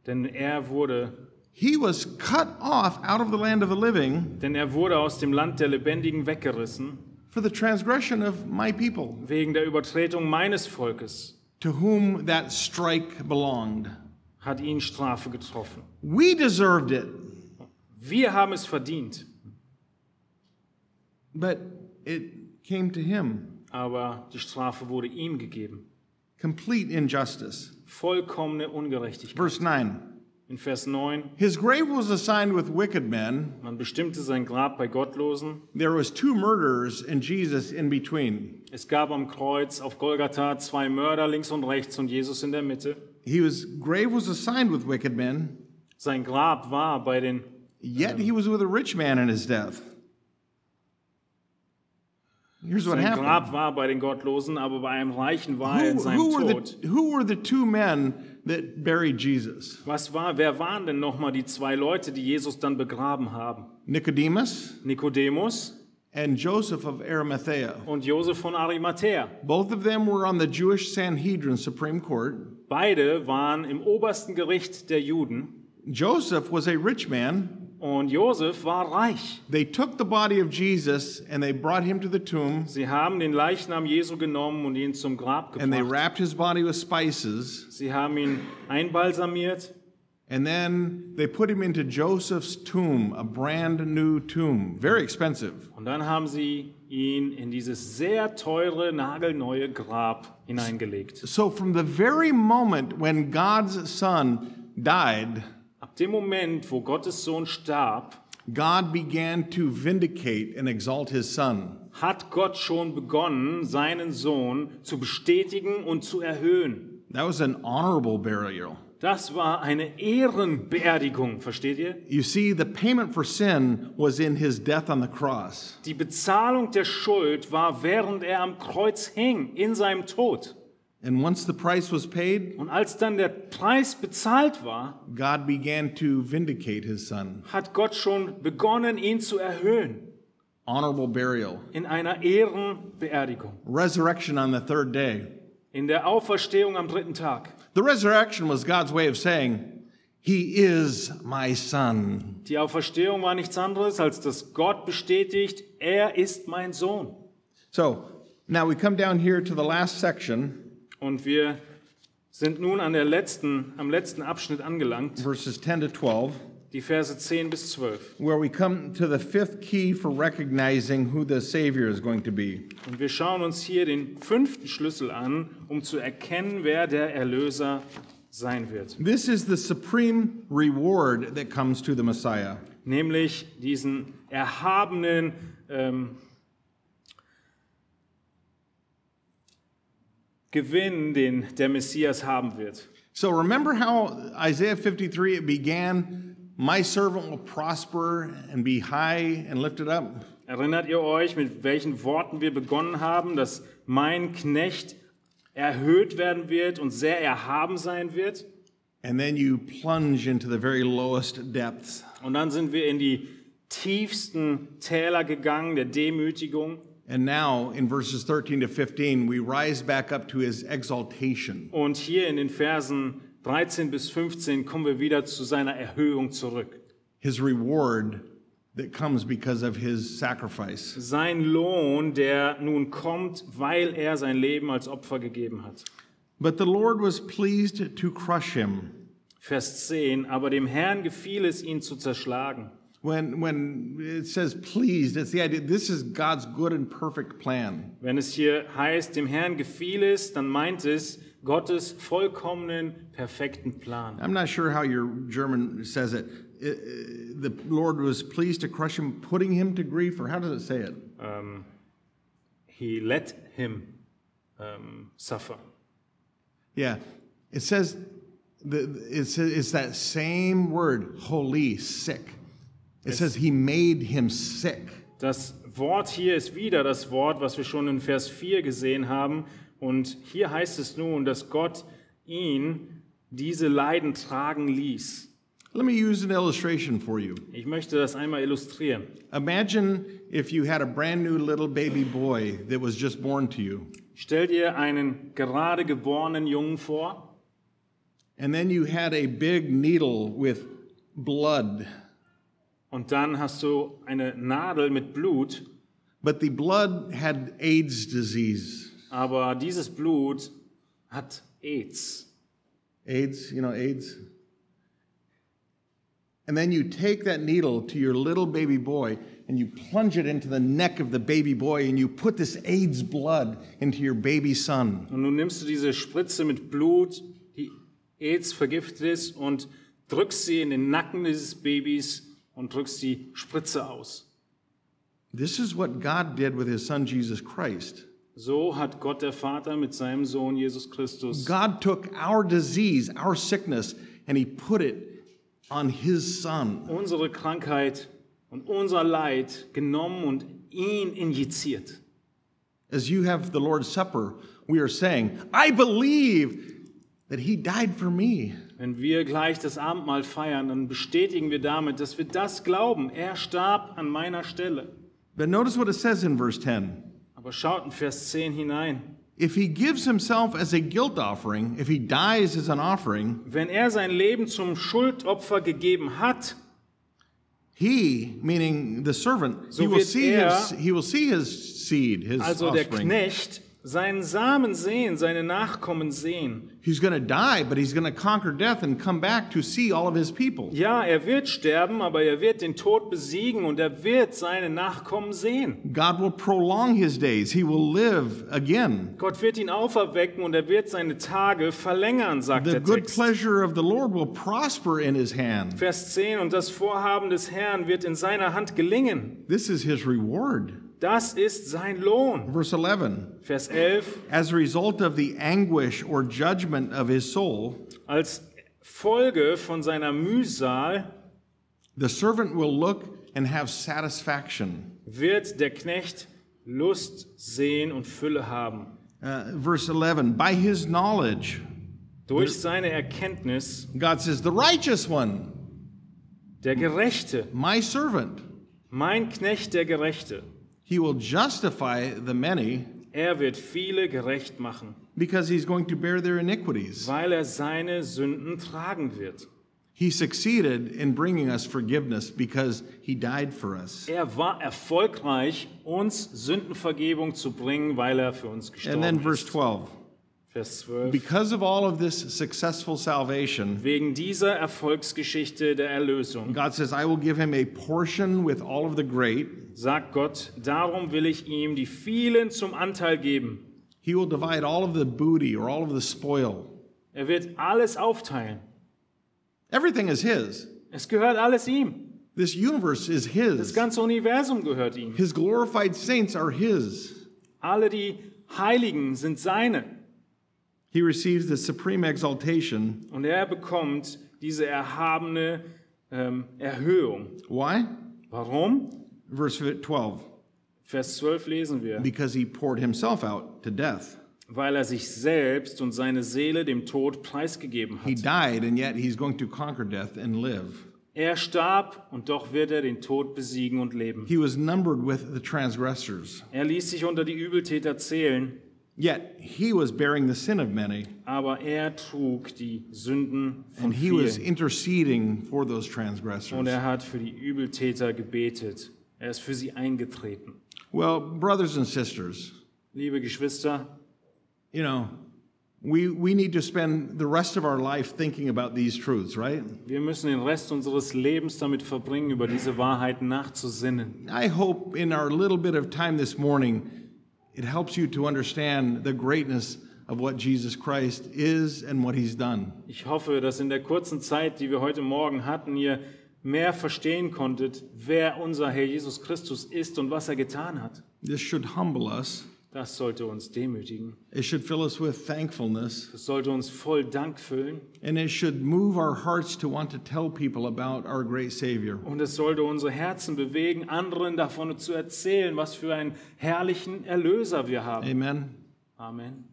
S2: Denn er wurde,
S1: he was cut off out of the land of the living
S2: denn er wurde aus dem Land der Lebendigen weggerissen
S1: for the transgression of my people,
S2: wegen der Übertretung meines Volkes
S1: to whom that strike belonged?
S2: hat ihn Strafe getroffen.
S1: We deserved it,
S2: Wir haben es verdient,
S1: but it came to him.
S2: aber die Strafe wurde ihm gegeben.
S1: Complete injustice.
S2: Vollkommene Ungerechtigkeit.
S1: Verse 9
S2: In Vers 9,
S1: His grave was assigned with wicked men.
S2: man bestimmte sein Grab bei Gottlosen.
S1: There was two murderers and Jesus in between.
S2: Es gab am Kreuz auf Golgatha zwei Mörder links und rechts und Jesus in der Mitte.
S1: He was grave was assigned with wicked men,
S2: Sein Grab war bei den
S1: yet he was with a rich man in his death. Here's what
S2: sein
S1: happened.
S2: Grab war bei den Gottlosen, aber bei einem Reichen war er in
S1: Who,
S2: seinem
S1: who, were
S2: Tod.
S1: the, who were the two men that buried Jesus?
S2: Was war, wer waren denn nochmal die zwei Leute, die Jesus dann begraben haben?
S1: Nicodemus
S2: Nikodemus
S1: and Joseph of Arimathea.
S2: und Josef von Arimathäa.
S1: Both of them were on the Jewish Sanhedrin Supreme Court.
S2: Beide waren im obersten Gericht der Juden
S1: Joseph was a rich man,
S2: Und Josef war reich.
S1: They took the body of Jesus and they brought him to the tomb
S2: Sie haben den Leichnam Jesu genommen und ihn zum Grab
S1: and they
S2: gebracht.
S1: wrapped his body with spices
S2: Sie haben ihn einbalsamiert
S1: and then they put him into Joseph's tomb, a brand new tomb, very expensive.
S2: und dann haben sie ihn in dieses sehr teure, nagelneue Grab hineingelegt.
S1: So from the very moment when God's son died,
S2: Ab dem Moment, wo Gottes Sohn starb,
S1: God began to vindicate and exalt his son.
S2: hat Gott schon begonnen, seinen Sohn zu bestätigen und zu erhöhen.
S1: That was an honorable burial.
S2: Das war eine Ehrenbeerdigung, versteht ihr?
S1: You see, the payment for sin was in his death on the cross.
S2: Die Bezahlung der Schuld war, während er am Kreuz hing, in seinem Tod.
S1: And once the price was paid,
S2: Und als dann der Preis bezahlt war,
S1: God began to vindicate his son.
S2: hat Gott schon begonnen, ihn zu erhöhen
S1: Honorable burial.
S2: in einer Ehrenbeerdigung,
S1: Resurrection on the third day.
S2: in der Auferstehung am dritten Tag.
S1: The resurrection was God's way of saying, He is my son.
S2: Die Auferstehung war nichts anderes, als dass Gott bestätigt, er ist mein Sohn.
S1: So now we come down here to the last section,
S2: Und wir sind nun an der letzten, am letzten Abschnitt angelangt,
S1: verses 10 to 12,
S2: die Verse 10 bis 12.
S1: where we come to the fifth key for recognizing who the Savior is going to be.
S2: Und wir schauen uns hier den fünften Schlüssel an, um zu erkennen, wer der Erlöser sein wird.
S1: This is the supreme reward that comes to the Messiah.
S2: Nämlich diesen erhabenen, ähm, Gewinn, den der Messias haben wird.
S1: So remember how Isaiah 53 it began, my servant will prosper and be high and lifted up.
S2: Erinnert ihr euch, mit welchen Worten wir begonnen haben, dass mein Knecht erhöht werden wird und sehr erhaben sein wird?
S1: And then you plunge into the very lowest depths.
S2: Und dann sind wir in die tiefsten Täler gegangen, der Demütigung.
S1: And now in verses 13 to 15 we rise back up to his exaltation.
S2: Und hier in den Versen 13 bis 15 kommen wir wieder zu seiner Erhöhung zurück.
S1: His reward that comes because of his sacrifice.
S2: Sein Lohn, der nun kommt, weil er sein Leben als Opfer gegeben hat.
S1: But the Lord was pleased to crush him.
S2: Vers 10, aber dem Herrn gefiel es, ihn zu zerschlagen.
S1: When when it says pleased, it's the idea this is God's good and perfect plan.
S2: Wenn es hier heißt, dem Herrn gefiel es, dann meint es Gottes vollkommenen, perfekten Plan.
S1: I'm not sure how your German says it. I- I- The Lord was pleased to crush him, putting him to grief, or how does it say it?
S2: Ähm, he let him ähm, suffer.
S1: Yeah, it says the it's it's that same word, holy, sick. It says he made him sick.
S2: Das Wort hier ist wieder das Wort, was wir schon in Vers 4 gesehen haben. Und hier heißt es nun, dass Gott ihn diese Leiden tragen ließ.
S1: Let me use an illustration for you.
S2: Ich möchte das einmal illustrieren.
S1: Imagine if you had a brand new little baby boy that was just born to you,
S2: Stell dir einen gerade geborenen Jungen vor,
S1: and then you had a big needle with blood,
S2: Und dann hast du eine Nadel mit Blut,
S1: but the blood had AIDS disease.
S2: aber dieses Blut hat AIDS.
S1: AIDS, you know, AIDS. And then you take that needle to your little baby boy and you plunge it into the neck of the baby boy and you put this AIDS blood into your baby son.
S2: Und nun nimmst du diese Spritze mit Blut, die AIDS vergiftet ist, und drückst sie in den Nacken dieses Babys und drückst die Spritze aus.
S1: This is what God did with his son Jesus Christ.
S2: So hat Gott der Vater mit seinem Sohn Jesus Christus.
S1: God took our disease, our sickness, and he put it on his son.
S2: unsere Krankheit und unser Leid genommen und ihn injiziert.
S1: As you have the Lord's Supper, we are saying, I believe that he died for me.
S2: Wenn wir gleich das Abendmahl feiern, dann bestätigen wir damit, dass wir das glauben. Er starb an meiner Stelle.
S1: But notice what it says in verse 10.
S2: Aber schaut in Vers 10 hinein.
S1: If he gives himself as a guilt offering, if he dies as an offering,
S2: Wenn er sein Leben zum Schuldopfer gegeben hat,
S1: He, meaning the servant,
S2: So
S1: he will
S2: wird
S1: see
S2: er-
S1: his he will see his seed, his
S2: Also der
S1: offspring.
S2: Knecht seinen Samen sehen, seine Nachkommen sehen.
S1: He's going to die, but he's going to conquer death and come back to see all of his people.
S2: Ja, er wird sterben, aber er wird den Tod besiegen und er wird seine Nachkommen sehen.
S1: God will prolong his days. He will live again.
S2: Gott wird ihn auferwecken und er wird seine Tage verlängern, sagt
S1: The
S2: der
S1: good
S2: Text.
S1: pleasure of the Lord will prosper in his hand.
S2: Vers 10, und das Vorhaben des Herrn wird in seiner Hand gelingen.
S1: This is his reward.
S2: Das ist sein Lohn.
S1: Verse 11
S2: Vers 11,
S1: As a result of the anguish or judgment of his soul,
S2: als Folge von seiner Mühsal
S1: the servant will look and have satisfaction.
S2: wird der Knecht Lust sehen und Fülle haben.
S1: Uh, verse 11 By his knowledge,
S2: Durch seine Erkenntnis
S1: God says, The righteous one,
S2: der Gerechte,
S1: my servant,
S2: mein Knecht der Gerechte,
S1: he will justify the many
S2: er wird viele gerecht machen,
S1: because he's going to bear their iniquities.
S2: weil er seine Sünden tragen wird.
S1: He succeeded in bringing us forgiveness because he died for us.
S2: Er war erfolgreich, uns Sündenvergebung zu bringen, weil er für uns
S1: And then
S2: gestorben
S1: verse
S2: ist.
S1: 12
S2: Vers 12.
S1: Because of all of this successful salvation,
S2: Wegen dieser Erfolgsgeschichte der Erlösung
S1: God says, I will give him a portion with all of the great.
S2: sagt Gott, darum will ich ihm die vielen zum Anteil geben.
S1: He will divide all of the booty or all of the spoil.
S2: Er wird alles aufteilen.
S1: Everything is his.
S2: Es gehört alles ihm.
S1: This universe is
S2: Das
S1: his.
S2: ganze Universum gehört ihm.
S1: His glorified saints are his.
S2: Alle die Heiligen sind seine.
S1: He receives the supreme exaltation.
S2: Und er bekommt diese erhabene ähm, Erhöhung.
S1: Why?
S2: Warum?
S1: Verse 12.
S2: Vers 12 lesen wir.
S1: Because he poured himself out to death.
S2: Weil er sich selbst und seine Seele dem Tod preisgegeben
S1: He
S2: hat.
S1: died, and yet he's going to conquer death and live.
S2: Er starb und doch wird er den Tod besiegen und leben.
S1: He was numbered with the transgressors.
S2: Er ließ sich unter die Übeltäter zählen,
S1: Yet he was bearing the sin of many,
S2: aber er trug die Sünden von
S1: and he was
S2: vielen.
S1: interceding for those
S2: Und
S1: transgressors.
S2: er hat für die Übeltäter gebetet. Er ist für sie eingetreten.
S1: Well, brothers and sisters,
S2: Liebe Geschwister,
S1: you know, we, we need to spend the rest of our life thinking about these truths, right?
S2: wir müssen den Rest unseres Lebens damit verbringen, über diese Wahrheiten nachzusinnen.
S1: I hope in our little bit of time this morning, it helps you to understand the greatness of what Jesus Christ is and what he's done.
S2: Ich hoffe, dass in der kurzen Zeit, die wir heute Morgen hatten, ihr mehr verstehen konntet, wer unser Herr Jesus Christus ist und was er getan hat.
S1: This should humble us,
S2: Das sollte uns demütigen.
S1: it should fill us with thankfulness.
S2: Das sollte uns voll Dank füllen.
S1: And it should move our hearts to want to tell people about our great Savior.
S2: Und es sollte unsere Herzen bewegen, anderen davon zu erzählen, was für einen herrlichen Erlöser wir haben.
S1: Amen.
S2: Amen.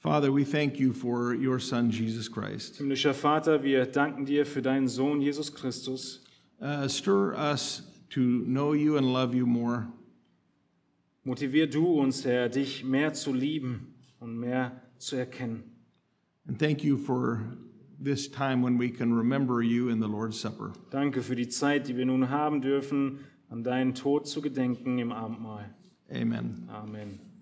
S1: Father, we thank you for your Son, Jesus Christ.
S2: Himmlischer Vater, wir danken dir für deinen Sohn Jesus Christus.
S1: Uh, stir us to know you and love you more.
S2: Motivier du uns, Herr, dich mehr zu lieben und mehr zu erkennen.
S1: And thank you for this time when we can remember you in the Lord's Supper.
S2: Danke für die Zeit, die wir nun haben dürfen, an deinen Tod zu gedenken im Abendmahl.
S1: Amen.
S2: Amen.